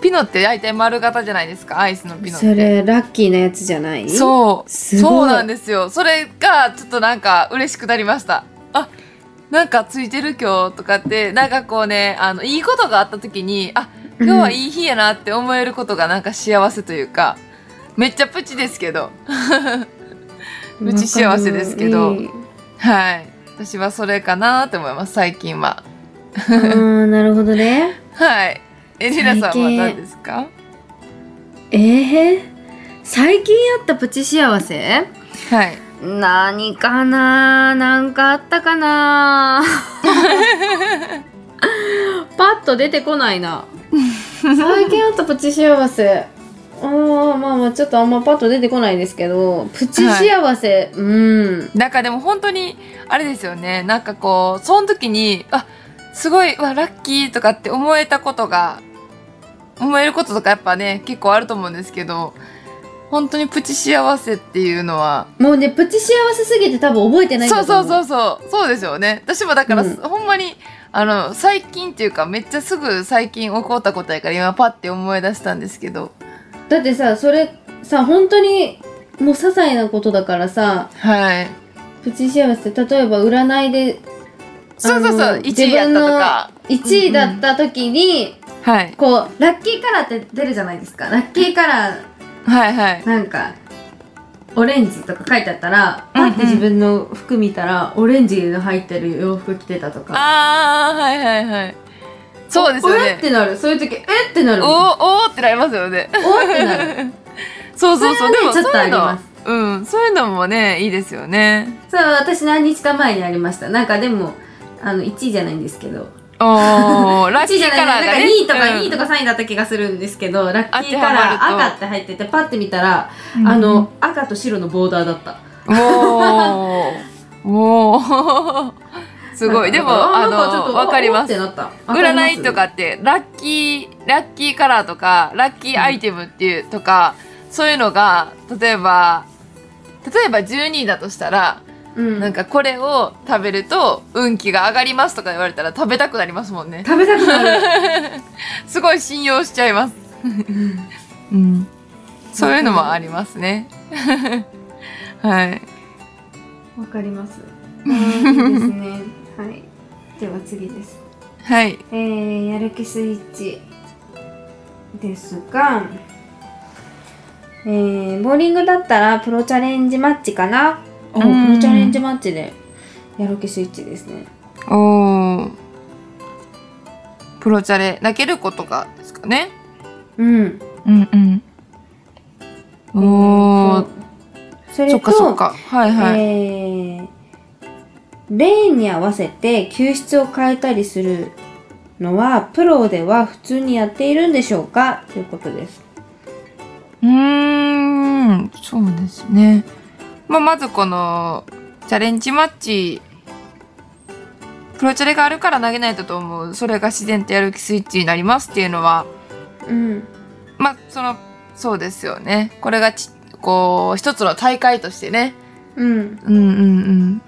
Speaker 1: ピノって大体丸型じゃないですか、アイスのピノっ
Speaker 2: そ
Speaker 1: て。
Speaker 2: れラッキーなやつじゃない
Speaker 1: そう。
Speaker 2: すごい
Speaker 1: そうなんですよ。それがちょっとなんか嬉しくなりました。あ、なんかついてる今日とかって、なんかこうね、あのいいことがあった時に、あ、今日はいい日やなって思えることがなんか幸せというか、めっちゃプチですけど、
Speaker 2: うん
Speaker 1: うち幸せですけど
Speaker 2: わかるいい
Speaker 1: はい。私はそれかなって思います。最近は。
Speaker 2: あーなるほどね
Speaker 1: はい。エリナさん
Speaker 2: 最
Speaker 1: は
Speaker 2: 近
Speaker 1: 何ですか？
Speaker 2: えー、最近あったプチ幸せ
Speaker 1: はい。
Speaker 2: 何かな何かあったかな パッと出てこないな最近あったプチ幸せあーまあまあちょっとあんまパッと出てこないですけどプチ幸せ、うん
Speaker 1: なんかでも本当にあれですよねなんかこうその時にあすごいうわラッキーとかって思えたことが思えることとかやっぱね結構あると思うんですけど本当にプチ幸せっていうのは
Speaker 2: もうねプチ幸せすぎて多分覚えてないん
Speaker 1: そう
Speaker 2: だと
Speaker 1: そ
Speaker 2: 思
Speaker 1: うそうそうそうですよね私もだから、
Speaker 2: うん
Speaker 1: ほんまにあの最近っていうかめっちゃすぐ最近起こったことやから今パッて思い出したんですけど
Speaker 2: だってさそれさ本当にもう些細なことだからさ
Speaker 1: はい
Speaker 2: プチ幸せ例えば占いで
Speaker 1: そうそうそう
Speaker 2: あの
Speaker 1: 1位やったとか
Speaker 2: 1位だった時に、
Speaker 1: はい
Speaker 2: こうラッキーカラーって出るじゃないですかラッキーカラー
Speaker 1: はいはい
Speaker 2: なんかオレンジとか書いてあったら
Speaker 1: うん
Speaker 2: パ
Speaker 1: うん
Speaker 2: ッて自分の服見たら、オレンジの入ってる洋服着てたとか
Speaker 1: ああはいはいはいそうですよ
Speaker 2: おえっ
Speaker 1: ね
Speaker 2: てなるそういう時えってなる
Speaker 1: お
Speaker 2: お
Speaker 1: おおーってなりますよね
Speaker 2: ってなる
Speaker 1: そうそうそう、
Speaker 2: それはね
Speaker 1: でも
Speaker 2: ちょっと
Speaker 1: そういう
Speaker 2: あり
Speaker 1: の
Speaker 2: ます
Speaker 1: うんそういうのもねいいですよね
Speaker 2: そう私何日か前にありましたなんかでもあの1位じゃないんですけど
Speaker 1: おーラッ
Speaker 2: 1
Speaker 1: キ
Speaker 2: 位じ
Speaker 1: ー
Speaker 2: ゃ
Speaker 1: カラ
Speaker 2: な
Speaker 1: ー
Speaker 2: いな
Speaker 1: が
Speaker 2: ん
Speaker 1: ね
Speaker 2: か2位とか
Speaker 1: うん
Speaker 2: 2位とか3位だった気がするんですけど、ラッキーカ
Speaker 1: 当て
Speaker 2: ラ
Speaker 1: は
Speaker 2: ー
Speaker 1: まると
Speaker 2: 赤って入っててパッて見たら、
Speaker 1: うん
Speaker 2: あの赤と白のボーダーだった
Speaker 1: おーおー すごいでもあのわかります
Speaker 2: ってなった
Speaker 1: 占いとかってラッキーラッキーカラーとかラッキーアイテムっていうとか、そういうのが例えば例えば12位だとしたら、
Speaker 2: な
Speaker 1: なんかこれを食べると運気が上がりますとか言われたら食べたくなりますもんね
Speaker 2: 食べたくなる
Speaker 1: すごい信用しちゃいます、うん、そういうのもありますね はい
Speaker 2: わかりますいいですねはいでは次です
Speaker 1: はい
Speaker 2: えー、やる気スイッチですがえー、ボーリングだったらプロチャレンジマッチかなおプ
Speaker 1: うん
Speaker 2: ロチャレンジマッチでやる気スイッチですね
Speaker 1: おープロチャレ泣けることがですかね
Speaker 2: うん
Speaker 1: うんうんおー
Speaker 2: そ
Speaker 1: そ
Speaker 2: れ
Speaker 1: っかそっ
Speaker 2: と
Speaker 1: かはいはい、
Speaker 2: えー、レーンに合わせて救出を変えたりするのはプロでは普通にやっているんでしょうかということです。
Speaker 1: うーんそうですね、まあ、まずこのチャレンジマッチプロチャレがあるから投げないとと思うそれが自然とやる気スイッチになりますっていうのは
Speaker 2: うん、
Speaker 1: まあそのそうですよねこれがちこう一つの大会としてね
Speaker 2: うん、
Speaker 1: うんうんうん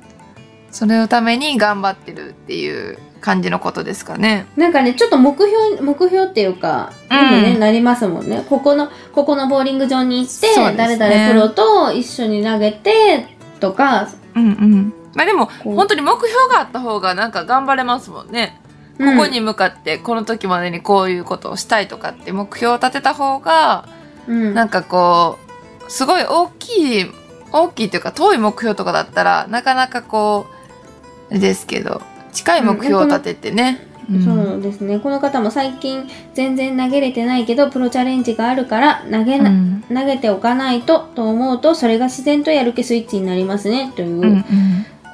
Speaker 1: それのために頑張ってるっていう感じのことですかね
Speaker 2: なんかねちょっと目標目標っていうか、
Speaker 1: うん
Speaker 2: にもねなりますもんね。ここのここのボーリング場に行って、
Speaker 1: そうですね
Speaker 2: 誰々プロと一緒に投げてとか、
Speaker 1: うんうんまあでも
Speaker 2: こう
Speaker 1: 本当に目標があった方がなんか頑張れますもんね、
Speaker 2: うん
Speaker 1: ここに向かってこの時までにこういうことをしたいとかって目標を立てた方が
Speaker 2: うん
Speaker 1: なんかこうすごい大きい大きいというか遠い目標とかだったらなかなかこうあれですけど近い目標を立ててね、うん
Speaker 2: そうですね。この方も最近全然投げれてないけどプロチャレンジがあるから投げ
Speaker 1: う
Speaker 2: な、
Speaker 1: ん
Speaker 2: 投げておかないとと思うとそれが自然とやる気スイッチになりますねとい
Speaker 1: うんう
Speaker 2: うん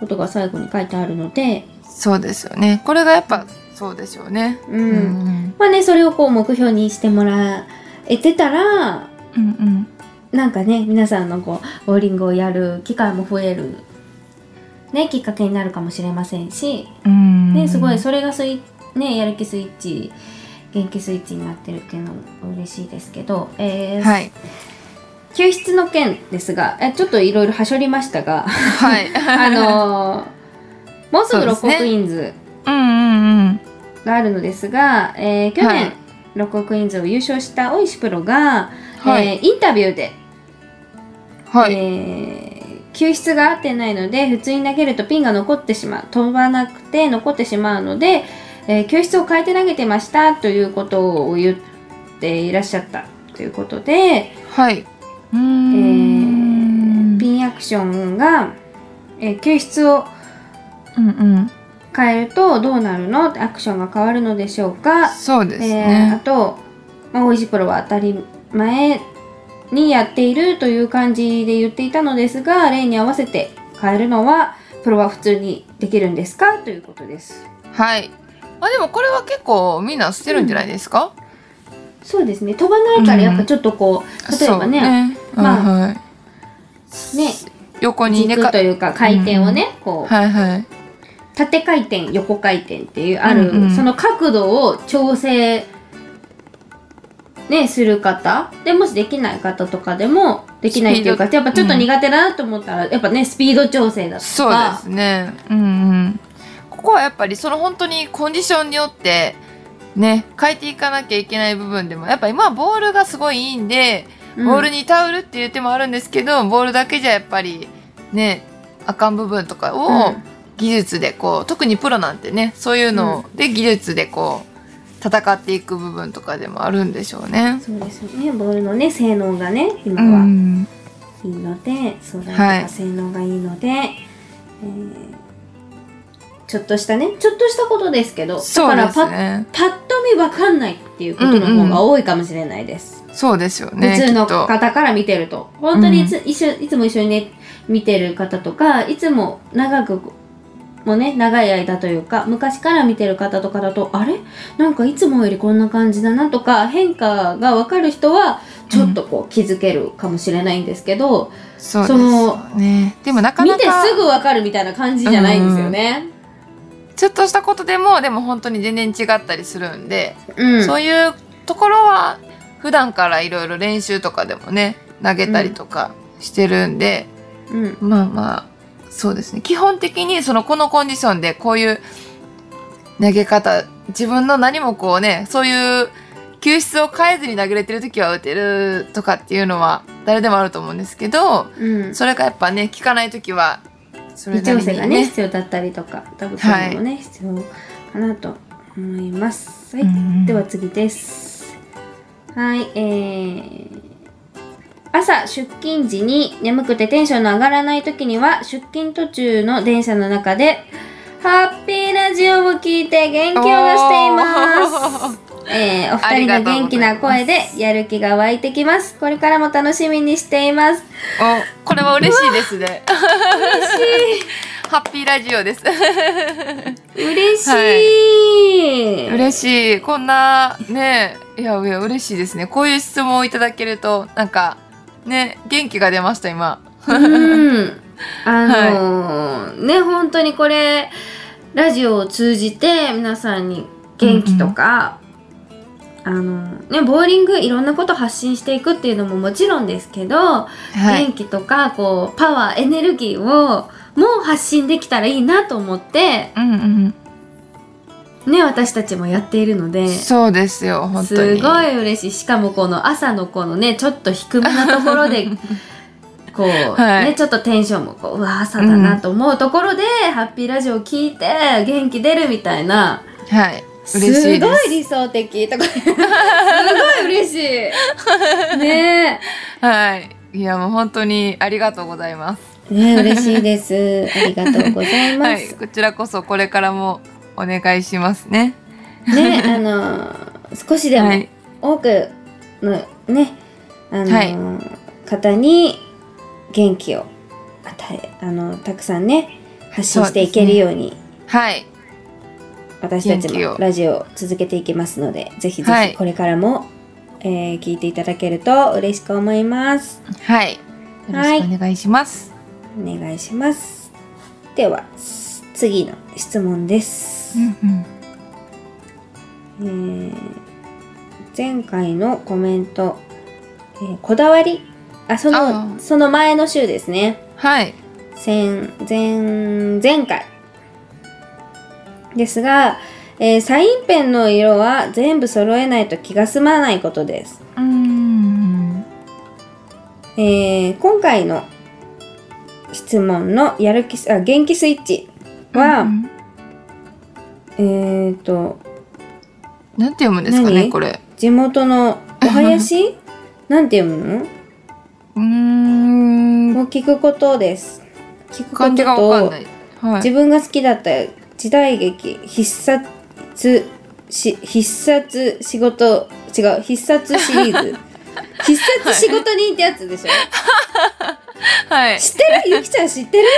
Speaker 2: ことが最後に書いてあるので、
Speaker 1: そうですよね。これがやっぱそうでしょうね。
Speaker 2: うん
Speaker 1: うんうん
Speaker 2: まあねそれをこう目標にしてもらえてたら
Speaker 1: うん
Speaker 2: なんかね皆さんのこうボーリングをやる機会も増える、ね、きっかけになるかもしれませんし、
Speaker 1: うん
Speaker 2: ね、すごいそれがスイ、ね、やる気スイッチ元気スイッチになってるっていうのも嬉しいですけど、えー
Speaker 1: はい
Speaker 2: 救出の件ですがえちょっといろいろはしょりましたが。
Speaker 1: はい。
Speaker 2: あのーもうすぐ六
Speaker 1: そうです
Speaker 2: 国
Speaker 1: ね
Speaker 2: インズ
Speaker 1: うんうん
Speaker 2: があるのですが、えー去
Speaker 1: は
Speaker 2: 年
Speaker 1: い
Speaker 2: 六国インズを優勝した大石プロが、
Speaker 1: はい
Speaker 2: えーインタビューで、
Speaker 1: うん。はい。
Speaker 2: えー救出が合ってないので普通に投げるとピンが残ってしまう飛ばなくて残ってしまうので、えー救出を変えて投げてましたということを言っていらっしゃったということで、
Speaker 1: はい。うー
Speaker 2: えー
Speaker 1: ん。
Speaker 2: ピンアクションが、えー救出を
Speaker 1: うんうん。
Speaker 2: 変えるとどうなるのアクションが変わるのでしょうか、
Speaker 1: そうです
Speaker 2: えーあ
Speaker 1: ね。
Speaker 2: と、まあ、大石プロは当たり前にやっているという感じで言っていたのですが例に合わせて変えるのはプロは普通にできるんですかということです
Speaker 1: はい。まあでもこれは結構みんなしてるんじゃないですか。
Speaker 2: そうですね飛ばないからやっ
Speaker 1: う
Speaker 2: ぱ
Speaker 1: ん
Speaker 2: ちょっとこう、例えばねね
Speaker 1: そう。
Speaker 2: まあ
Speaker 1: はいはい。横にね
Speaker 2: 軸
Speaker 1: か
Speaker 2: と。いうか回転をね、こう
Speaker 1: はいはい。
Speaker 2: 縦回転横回転っていうある、
Speaker 1: うんうん
Speaker 2: その角度を調整ね、する方でもしできない方とかでもできないっていうか
Speaker 1: スピ
Speaker 2: や
Speaker 1: ー
Speaker 2: っ
Speaker 1: ド
Speaker 2: ぱちょっと
Speaker 1: うん
Speaker 2: 苦手だなと思ったら、やっぱねスピード調整だとか
Speaker 1: そうですね。うんうん。ここはやっぱりその本当にコンディションによってね、変えていかなきゃいけない部分でも、やっぱ今はボールがすごいいいんで、
Speaker 2: うん
Speaker 1: ボールにタオルっていう手もあるんですけど、ボールだけじゃやっぱりね、あかん部分とか
Speaker 2: う
Speaker 1: を
Speaker 2: ん
Speaker 1: 技術でこう、特にプロなんてね、そういうので技術でこう、戦っていく部分とかでもあるんでしょうね。
Speaker 2: そうですよねボールのね性能がね今
Speaker 1: う
Speaker 2: は、
Speaker 1: ん。
Speaker 2: いいので相談と
Speaker 1: は
Speaker 2: か
Speaker 1: い
Speaker 2: 性能がいいので、えーちょっとしたねちょっとしたことですけど
Speaker 1: そう
Speaker 2: だ
Speaker 1: で
Speaker 2: か
Speaker 1: す
Speaker 2: ら
Speaker 1: ね。
Speaker 2: パパッと見わかんないっていうことの方が多いかもしれないです、
Speaker 1: そうですよね。
Speaker 2: 普通の
Speaker 1: きっと
Speaker 2: 方から見てると本当にいつ,、一緒いつも一緒にね見てる方とかいつも長くもうね長い間というか昔から見てる方とかだとあれなんかいつもよりこんな感じだなとか変化がわかる人はちょっとこう気づけるかもしれないんですけど、
Speaker 1: そうです
Speaker 2: その
Speaker 1: よね。でもなかなか。
Speaker 2: 見てすぐわかるみたいな感じじゃないんですよね。
Speaker 1: ちょっとしたことでもでも本当に全然違ったりするんで、
Speaker 2: うん、
Speaker 1: そういうところは普段からいろいろ練習とかでもね投げたりとかしてるんで、
Speaker 2: うん、
Speaker 1: まあまあそうですね基本的にそのこのコンディションでこういう投げ方自分の何もこうねそういう球質を変えずに投げれてる時は打てるとかっていうのは誰でもあると思うんですけど
Speaker 2: うん、
Speaker 1: それがやっぱね効かない時はそれ
Speaker 2: 微
Speaker 1: なり
Speaker 2: 調
Speaker 1: に
Speaker 2: 整がね必要だったりとか、多分そういうのもね、必要かなと思います。はい、
Speaker 1: うん
Speaker 2: では次です。はい、えー、朝出勤時に眠くてテンションの上がらない時には出勤途中の電車の中でハッピーラジオを聞いて元気を出しています。 えーお二人の元気な声でやる気が湧いてきます。これからも楽しみにしています。
Speaker 1: お、これは嬉しいですね。嬉しい。ハッピーラジオです。
Speaker 2: 嬉しい、
Speaker 1: 嬉しい。こんなね、いやいや嬉しいですね。こういう質問をいただけるとなんかね、元気が出ました今。
Speaker 2: うん。あのーね、本当にこれ、ラジオを通じて皆さんに元気とか、あのーね、ボーリングいろんなこと発信していくっていうのももちろんですけど、
Speaker 1: はい。
Speaker 2: 元気とか、こう、パワー、エネルギーを、もう発信できたらいいなと思って、
Speaker 1: うんうん。
Speaker 2: ね、私たちもやっているので、
Speaker 1: そうですよ本当
Speaker 2: す
Speaker 1: に。
Speaker 2: ごい嬉しいしかもこの朝のこのねちょっと低めなところ でこう、
Speaker 1: はい
Speaker 2: ねちょっとテンションもこううわ朝だなと思うところで、ハッピーラジオ聞いて元気出るみたいな
Speaker 1: はい。嬉しいです
Speaker 2: ごい理想的とかすごい嬉し いね
Speaker 1: はい。いやもう本当にありがとうございます。
Speaker 2: えねえ嬉しいですありがとうございま
Speaker 1: はい。
Speaker 2: す、
Speaker 1: こちらこそこれからもお願いしますね。
Speaker 2: ねあの少しでも
Speaker 1: はい。
Speaker 2: 多くのね、あの
Speaker 1: はい
Speaker 2: 方に元気を与えあのたくさんね発信していけるように
Speaker 1: はい。
Speaker 2: 私たち
Speaker 1: 元気
Speaker 2: も
Speaker 1: を
Speaker 2: ラジオを続けていきますのでぜひぜ
Speaker 1: は
Speaker 2: ひ
Speaker 1: い
Speaker 2: これからも、えー聞いていただけると嬉しく思います
Speaker 1: はい。よろしくお願いします。
Speaker 2: お願いしますでは次の質問です、
Speaker 1: うんうん。
Speaker 2: えー前回のコメント、えーこだわりあそ
Speaker 1: あ
Speaker 2: の
Speaker 1: ー
Speaker 2: その前の週ですね
Speaker 1: はい。
Speaker 2: 前前前回ですが、えーサインペンの色は全部揃えないと気が済まないことです、
Speaker 1: うーん。
Speaker 2: えー今回の質問のやる気スあ元気スイッチは、
Speaker 1: うん
Speaker 2: えっ、と
Speaker 1: なんて読むんですかね、
Speaker 2: 何
Speaker 1: これ。
Speaker 2: 地元のお囃 子なんて読む
Speaker 1: うーん。
Speaker 2: のを聞くことです聞くこ
Speaker 1: 漢
Speaker 2: と
Speaker 1: 字がわかん
Speaker 2: と
Speaker 1: ない。は
Speaker 2: 自
Speaker 1: い。
Speaker 2: 分が好きだった時代劇必殺し必殺仕事違う必殺シリ ーズ必殺仕事人ってやつでしょ、
Speaker 1: はい。
Speaker 2: 知ってるゆきちゃん知ってる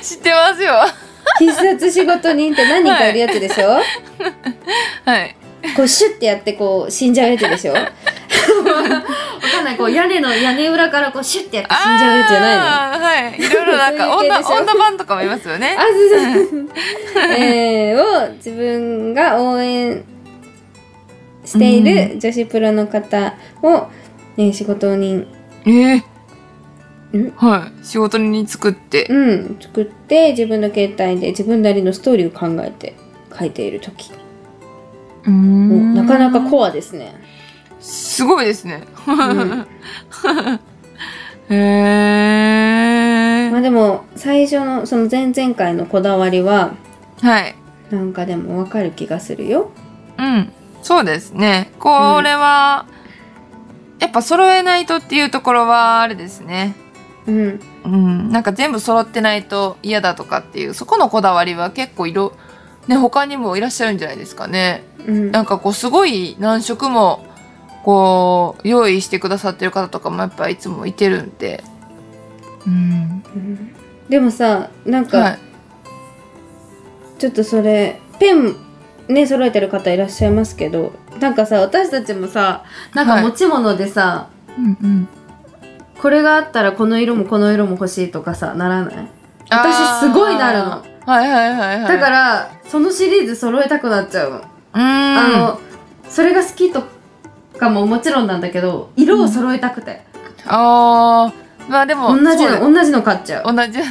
Speaker 1: 知ってますよ。
Speaker 2: 必殺仕事人って何人かいるやつでしょ、
Speaker 1: はい。
Speaker 2: こうシュッてやってこう死んじゃうやつで しょわかんないこう屋根の屋根裏からこうシュッてやって死んじゃうやつじゃないのあ
Speaker 1: あーはい。いろいろなん か、
Speaker 2: そういう系
Speaker 1: 女、
Speaker 2: でしょ
Speaker 1: 女版とかもいますよね。
Speaker 2: そうそうえーを自分が応援している女子プロの方を、えー仕事人、
Speaker 1: ええ
Speaker 2: ん
Speaker 1: はい。仕事に作って。
Speaker 2: うん、作って自分の携帯で自分なりのストーリーを考えて書いている時
Speaker 1: う
Speaker 2: もうんなかなかコアですね。
Speaker 1: すごいですね。
Speaker 2: ん
Speaker 1: へえ
Speaker 2: まあでも最初のその前々回のこだわりは
Speaker 1: はい。
Speaker 2: なんかでもわかる気がするよ。
Speaker 1: うん。そうですね。これは、やっぱ揃えないとっていうところはあれですね。
Speaker 2: うん、
Speaker 1: うん。なんか全部揃ってないと嫌だとかっていう、そこのこだわりは結構いろ、ね、他にもいらっしゃるんじゃないですかね。
Speaker 2: うん、
Speaker 1: なんかこうすごい何色もこう用意してくださってる方とかもやっぱいつもいてるんで。うん。
Speaker 2: うんでもさなん
Speaker 1: は
Speaker 2: か
Speaker 1: い。
Speaker 2: ちょっとそれ、ペンね揃えてる方いらっしゃいますけどなんかさ私たちもさなんか
Speaker 1: はい
Speaker 2: 持ち物でさ、
Speaker 1: うんうん。
Speaker 2: これがあったらこの色もこの色も欲しいとかさならない私すごいなるの
Speaker 1: あー。はいはいはいはい。、
Speaker 2: だかららそのシリーズ揃えたくなっちゃうの、
Speaker 1: うーん。
Speaker 2: あのそれが好きとかももちろんなんだけど色を揃えたくて、
Speaker 1: あーまあでも、
Speaker 2: 同じ
Speaker 1: そうだ
Speaker 2: の同じの買っちゃう、
Speaker 1: 同じ。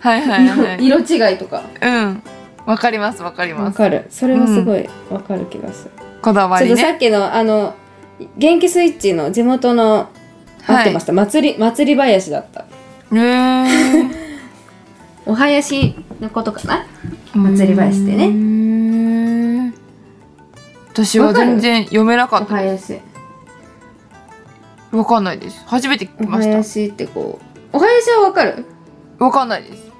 Speaker 1: はいはい はい。
Speaker 2: 色色違いとか
Speaker 1: うん。わかりますわかり
Speaker 2: わ
Speaker 1: ます。
Speaker 2: かるそれはすごいわかる気がする、
Speaker 1: こだわ
Speaker 2: ちょ
Speaker 1: り
Speaker 2: っとさ
Speaker 1: ね。
Speaker 2: っきのあの元気スイッチの地元の合
Speaker 1: は
Speaker 2: って
Speaker 1: い
Speaker 2: まし。た、祭り祭り林だった
Speaker 1: え ー。
Speaker 2: お囃子のことかな祭り林でね
Speaker 1: ね。私は
Speaker 2: わかる
Speaker 1: 全然読めなか
Speaker 2: お
Speaker 1: ったです
Speaker 2: 囃子
Speaker 1: わかんないです。初めて聞
Speaker 2: お
Speaker 1: きまし
Speaker 2: 囃子ってこうお囃子はわかる
Speaker 1: た。わかんないです。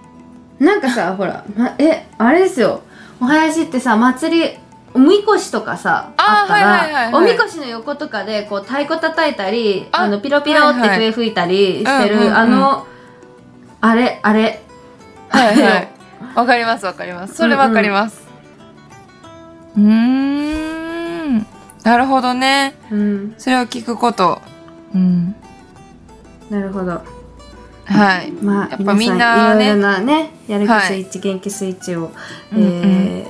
Speaker 2: なんかさほら、ま、えあれですよお囃子ってさ祭りおみこしとかさ
Speaker 1: あ
Speaker 2: あ
Speaker 1: ー
Speaker 2: ったら、
Speaker 1: はいはいはいはい
Speaker 2: おみこしの横とかでこう太鼓叩いたりあ
Speaker 1: あ
Speaker 2: のピロピロって
Speaker 1: はいはい
Speaker 2: 笛吹いたりしてる、
Speaker 1: うんうんうん
Speaker 2: あのあれあれ
Speaker 1: はいはい。 わかりますわかります。それわかります。うーん。なるほどね。
Speaker 2: うん
Speaker 1: それを聞くこと。うん。
Speaker 2: なるほど
Speaker 1: はい。
Speaker 2: まあ、
Speaker 1: やっぱみんな
Speaker 2: 皆
Speaker 1: ね
Speaker 2: さいろいろなね、やる気
Speaker 1: はい
Speaker 2: スイッチ、元気スイッチを、
Speaker 1: うんうん
Speaker 2: え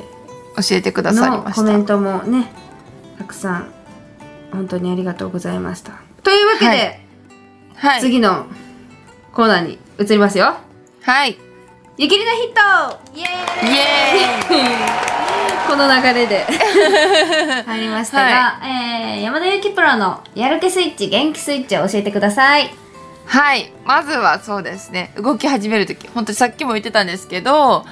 Speaker 1: 教えてく
Speaker 2: ー
Speaker 1: ださり
Speaker 2: の
Speaker 1: ま
Speaker 2: コ
Speaker 1: し
Speaker 2: メ
Speaker 1: た。
Speaker 2: ントもね、たくさん、本当にありがとうございました。というわけで、
Speaker 1: はいはい。
Speaker 2: 次のコーナーに移りますよ。
Speaker 1: はい。イ
Speaker 2: ゆきりのヒットイエーイ
Speaker 1: エ
Speaker 2: この流 れで入りましたが、えー山田ゆきプロのやる気スイッチ、元気スイッチを教えてください。
Speaker 1: ーイ。はい。まずはそうですね。動き始めるとき。本当にさっきも言ってたんですけど、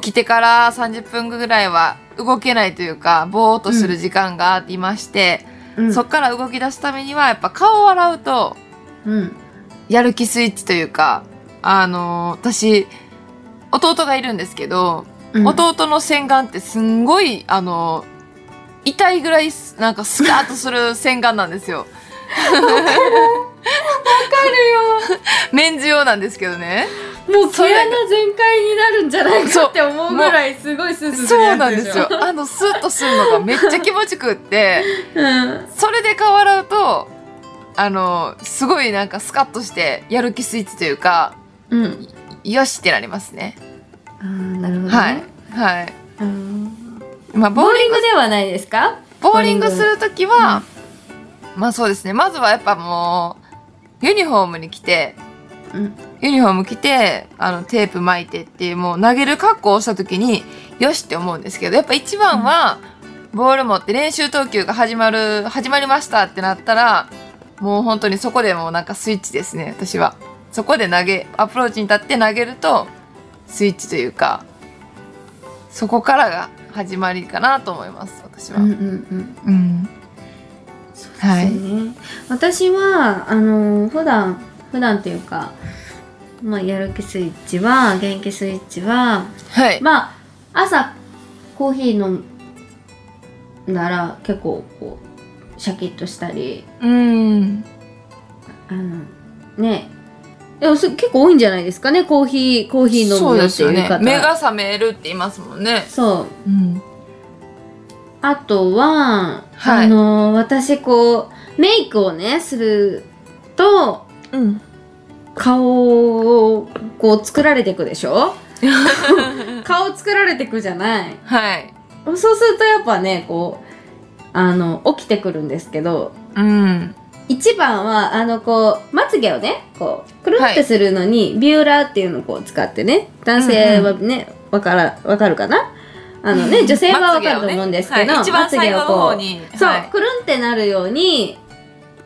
Speaker 1: 起きてから30分ぐらいは動けないというか、ぼーっとする時間がありまして、
Speaker 2: うん
Speaker 1: そっから動き出すためにはやっぱ顔を洗うと
Speaker 2: うん。
Speaker 1: やる気スイッチというかあの私弟がいるんですけど、
Speaker 2: うん
Speaker 1: 弟の洗顔ってすんごいあの痛いぐらいすなんかスカーッとする洗顔なんですよ。わかるよ。 メンズ用なんですけどね。
Speaker 2: もう毛
Speaker 1: それ
Speaker 2: 穴全開になるんじゃないかって思うぐらいすごいスースーす
Speaker 1: そ
Speaker 2: るや
Speaker 1: う
Speaker 2: つ
Speaker 1: なん
Speaker 2: で
Speaker 1: で
Speaker 2: しょ
Speaker 1: すよ。あのスッとするのがめっちゃ気持ちよくって。
Speaker 2: うん
Speaker 1: それで顔洗うとあのすごいなんかスカッとしてやる気スイッチというか
Speaker 2: うん
Speaker 1: よしってなりますね
Speaker 2: あーなるほどね、
Speaker 1: はいはい
Speaker 2: あー
Speaker 1: まあボ
Speaker 2: ボ
Speaker 1: ー
Speaker 2: ー
Speaker 1: リ
Speaker 2: リ
Speaker 1: ン
Speaker 2: ン
Speaker 1: グ
Speaker 2: グではないですか
Speaker 1: ボーリングするときは、まあそうですねまずはやっぱもうユニフォームに着て
Speaker 2: うん
Speaker 1: ユニフォーム着てあのテープ巻いてっていうもう投げる格好をしたときによしって思うんですけどやっぱ一番は、ボール持って練習投球が始まる始まりましたってなったらもう本当にそこでもうなんかスイッチですね私はそこで投げアプローチに立って投げるとスイッチというかそこからが始まりかなと思います私は、
Speaker 2: うんうんうん
Speaker 1: うんは
Speaker 2: そう
Speaker 1: い
Speaker 2: ね私はあのー普段普段というかまあやる気スイッチは元気スイッチは
Speaker 1: はい
Speaker 2: まあ朝コーヒー飲んだら結構こうシャキッとしたり
Speaker 1: うん
Speaker 2: あのねでもそ結構多いんじゃないですかねコーヒーコーヒー飲
Speaker 1: そ
Speaker 2: む
Speaker 1: う
Speaker 2: よ
Speaker 1: で
Speaker 2: って
Speaker 1: す
Speaker 2: い
Speaker 1: よ
Speaker 2: う
Speaker 1: ね
Speaker 2: 方
Speaker 1: 目が覚めるって言いますもんね
Speaker 2: そ
Speaker 1: う
Speaker 2: う
Speaker 1: ん
Speaker 2: あとは、
Speaker 1: はい
Speaker 2: あの私こうメイクをねすると
Speaker 1: うん
Speaker 2: 顔をこう作られていくでし ょ顔作られていくじゃない
Speaker 1: はい
Speaker 2: そうするとやっぱねこうあの起きてくるんですけど
Speaker 1: うん。
Speaker 2: 一番はあのこうまつげをねこうくるってするのに、ビューラーっていうのをこう使ってね男性はねわ、からわかるかなあのね女性はわかると思うんですけど、
Speaker 1: まつげをねはい、一番最後の
Speaker 2: こ
Speaker 1: 方
Speaker 2: う
Speaker 1: に。
Speaker 2: そう、
Speaker 1: はい
Speaker 2: くるんってなるように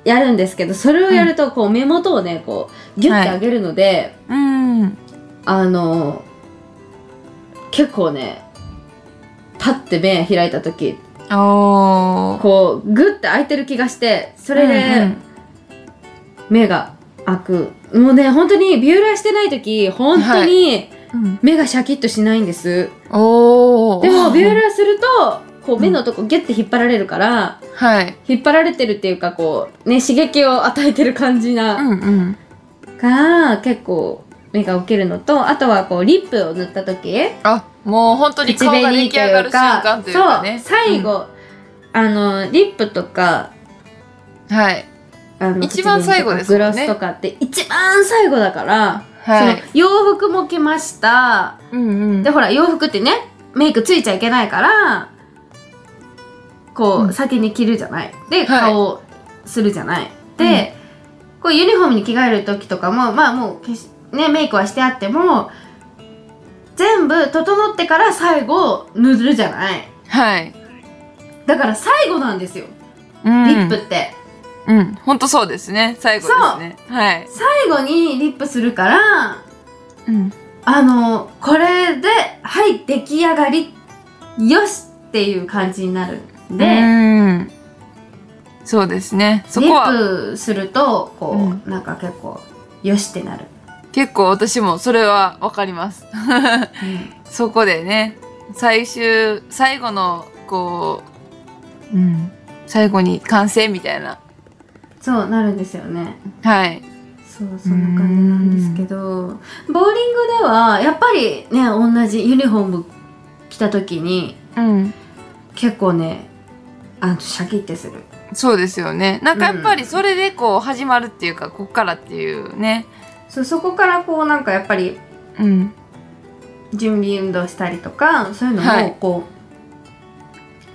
Speaker 2: やるんですけどそれをやるとこう目元をねこうギュッて上げるので、
Speaker 1: うん。
Speaker 2: あの結構ね立って目開いた時
Speaker 1: おー。
Speaker 2: こうグッて開いてる気がしてそれ
Speaker 1: うんう
Speaker 2: で
Speaker 1: ん
Speaker 2: 目が開く、もうね本当にビューラーしてない時本当に
Speaker 1: うん
Speaker 2: 目がシャキッとしないんです、
Speaker 1: おー。
Speaker 2: でもビューラーするとこう目のとこギュッて引っ張られるから
Speaker 1: はい。
Speaker 2: 引っ張られてるっていうかこうね刺激を与えてる感じな、
Speaker 1: うんうん。
Speaker 2: から結構目が起きるのとあとはこうリップを塗った時
Speaker 1: あ、もう本当に
Speaker 2: 口
Speaker 1: 顔が出
Speaker 2: 紅
Speaker 1: 来
Speaker 2: と
Speaker 1: 上が
Speaker 2: い
Speaker 1: る
Speaker 2: う
Speaker 1: 瞬間
Speaker 2: か
Speaker 1: というかね。
Speaker 2: そう最後、あのリップとか
Speaker 1: うん。はい。
Speaker 2: あの
Speaker 1: 一番最後です
Speaker 2: グ
Speaker 1: も
Speaker 2: ロ
Speaker 1: んね
Speaker 2: スとかって一番最後だから、
Speaker 1: はい。
Speaker 2: その洋服も着ました
Speaker 1: うんうん
Speaker 2: でほら洋服ってねメイクついちゃいけないからこう、
Speaker 1: うん
Speaker 2: 先に着るじゃないで
Speaker 1: はい
Speaker 2: 顔をするじゃない、で、こうユニフォームに着替える時とかもまあもう消し、ね、メイクはしてあっても全部整ってから最後塗るじゃない
Speaker 1: はい。
Speaker 2: だから最後なんですよ
Speaker 1: リ
Speaker 2: リップって、
Speaker 1: うん、本当そうですね。最後ですね。はい。
Speaker 2: 最後にリップするから
Speaker 1: うん。
Speaker 2: あのこれではい出来上がりよしっていう感じになるんで、
Speaker 1: うんそうですね。そ
Speaker 2: リ
Speaker 1: こは
Speaker 2: ップするとこう、
Speaker 1: うん
Speaker 2: なんか結構よしってなる、
Speaker 1: 結構私もそれはわかります。 そこでね、最終、最後の、こう、うん、最後に完成みたいな。
Speaker 2: そうなるんですよね
Speaker 1: はい。
Speaker 2: そうそんな感じなんですけどボーリングではやっぱりね同じユニフォーム着た時に
Speaker 1: うん。
Speaker 2: 結構ねあのシャキッてする
Speaker 1: そうですよね。なんかやっぱりそれでこう始まるっていうか、こっからっていうね。
Speaker 2: そうそこからこうなんかやっぱり
Speaker 1: うん。
Speaker 2: 準備運動したりとかそういうの
Speaker 1: は
Speaker 2: も
Speaker 1: い
Speaker 2: こ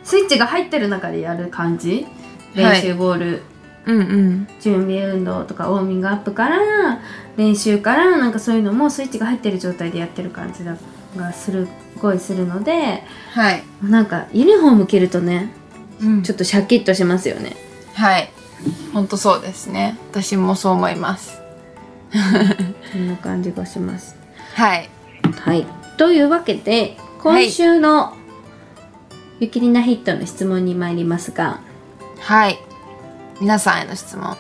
Speaker 2: う、スイッチが入ってる中でやる感じ
Speaker 1: は
Speaker 2: 練
Speaker 1: い
Speaker 2: 習ボール、
Speaker 1: うんうん。
Speaker 2: 準備運動とかウォーミングアップから練習からなんかそういうのもスイッチが入ってる状態でやってる感じだがするすごいするので
Speaker 1: はい。
Speaker 2: なんかユニフォーム着るとね
Speaker 1: うん
Speaker 2: ちょっとシャキッとしますよね
Speaker 1: はい。本当そうですね。私もそう思います。
Speaker 2: そんな感じがします
Speaker 1: はい。
Speaker 2: はいというわけで今週の「ゆきりなヒット」の質問に参りますが、
Speaker 1: はい。皆さんへの質問。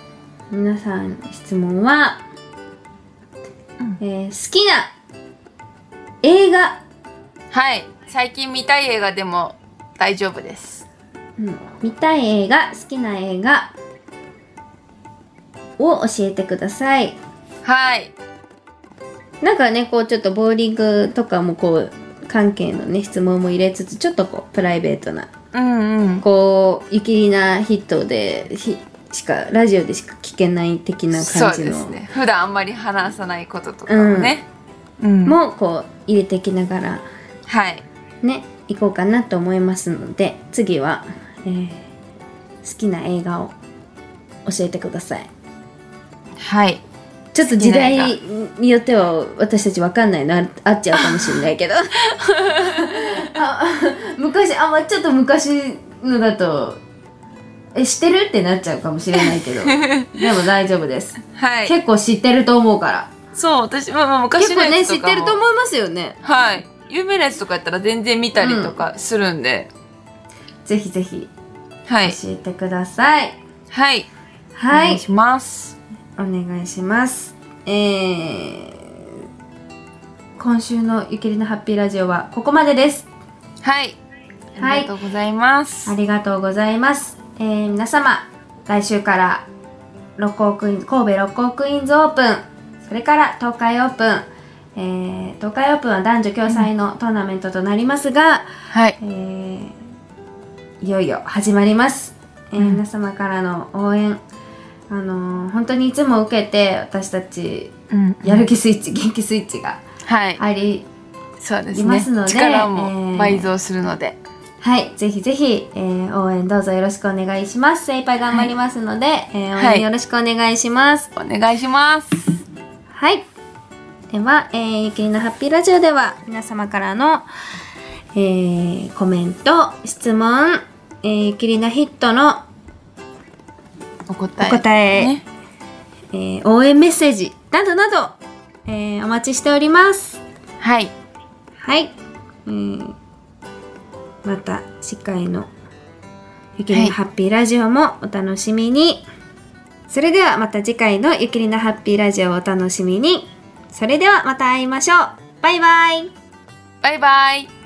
Speaker 2: 皆さん質問は、
Speaker 1: うん
Speaker 2: えー好きな映画、
Speaker 1: はい。最近見たい映画でも大丈夫です。
Speaker 2: うん見たい映画好きな映画を教えてください
Speaker 1: はい。
Speaker 2: なんかねこうちょっとボーリングとかもこう関係のね質問も入れつつちょっとこうプライベートな
Speaker 1: うんうん。
Speaker 2: こうゆきりなヒットでひしかラジオでしか聞けない的な
Speaker 1: そ
Speaker 2: 感
Speaker 1: う
Speaker 2: じ
Speaker 1: で
Speaker 2: の
Speaker 1: すね。普段あんまり話さないこととかをね。うん
Speaker 2: もこう入れてきながら
Speaker 1: はい。
Speaker 2: ね行こうかなと思いますので次は、えー好きな映画を教えてください
Speaker 1: はい。
Speaker 2: ちょっと
Speaker 1: 好き
Speaker 2: 時
Speaker 1: な映画
Speaker 2: 代によっては私たちわかんないのああっちゃうかもしれないけど あ昔あまあちょっと昔のだとえ知ってるってなっちゃうかもしれない けどでも大丈夫です、
Speaker 1: はい。
Speaker 2: 結構知ってると思うから
Speaker 1: そう、私、まあまあ昔
Speaker 2: 結
Speaker 1: の
Speaker 2: 構
Speaker 1: や
Speaker 2: ね
Speaker 1: つ
Speaker 2: 知
Speaker 1: と
Speaker 2: っ
Speaker 1: かも
Speaker 2: てると思いますよね
Speaker 1: はい。有名なやつとかやったら全然見たりとかするんで。
Speaker 2: ぜひぜひ
Speaker 1: はい。
Speaker 2: 教えてください
Speaker 1: はい。
Speaker 2: は
Speaker 1: お願
Speaker 2: い
Speaker 1: いします。
Speaker 2: お願いします。えー、今週のゆきりのハッピーラジオはここまでです。
Speaker 1: はい。
Speaker 2: はい
Speaker 1: ありがとうございます。
Speaker 2: ありがとうございます。えー、皆様、来週から六甲クイーンズ神戸六甲クイーンズオープン、それから東海オープン、えー、東海オープンは男女共催のトーナメントとなりますが、
Speaker 1: はい。
Speaker 2: えーいよいよ始まります、えー
Speaker 1: うん
Speaker 2: 皆様からの応援、あのー本当にいつも受けて私たち
Speaker 1: うん
Speaker 2: やる気スイッチ、元気スイッチが
Speaker 1: はい。
Speaker 2: あり、
Speaker 1: そうで
Speaker 2: いますので
Speaker 1: 力
Speaker 2: え
Speaker 1: も
Speaker 2: ー
Speaker 1: 倍増するので。
Speaker 2: はい、ぜひぜひ、えー応援どうぞよろしくお願いします。精一杯頑張りますので、えー応
Speaker 1: は
Speaker 2: 援
Speaker 1: い
Speaker 2: よろしくお願いします。
Speaker 1: お願いします。
Speaker 2: はい。では、えーゆきりのハッピーラジオでは、皆様からの、えーコメント、質問、えーゆきりのヒットの
Speaker 1: お
Speaker 2: お
Speaker 1: 答え。
Speaker 2: 答え、
Speaker 1: ね
Speaker 2: えー応援メッセージ、などなど、えーお待ちしております。
Speaker 1: はい。
Speaker 2: はい。えーまた次回のゆきり
Speaker 1: は
Speaker 2: の
Speaker 1: い
Speaker 2: ハッピーラジオもお楽しみに。それではまた次回のゆきりのハッピーラジオをお楽しみに。それではまた会いましょう。バイバイ。
Speaker 1: バイバイ。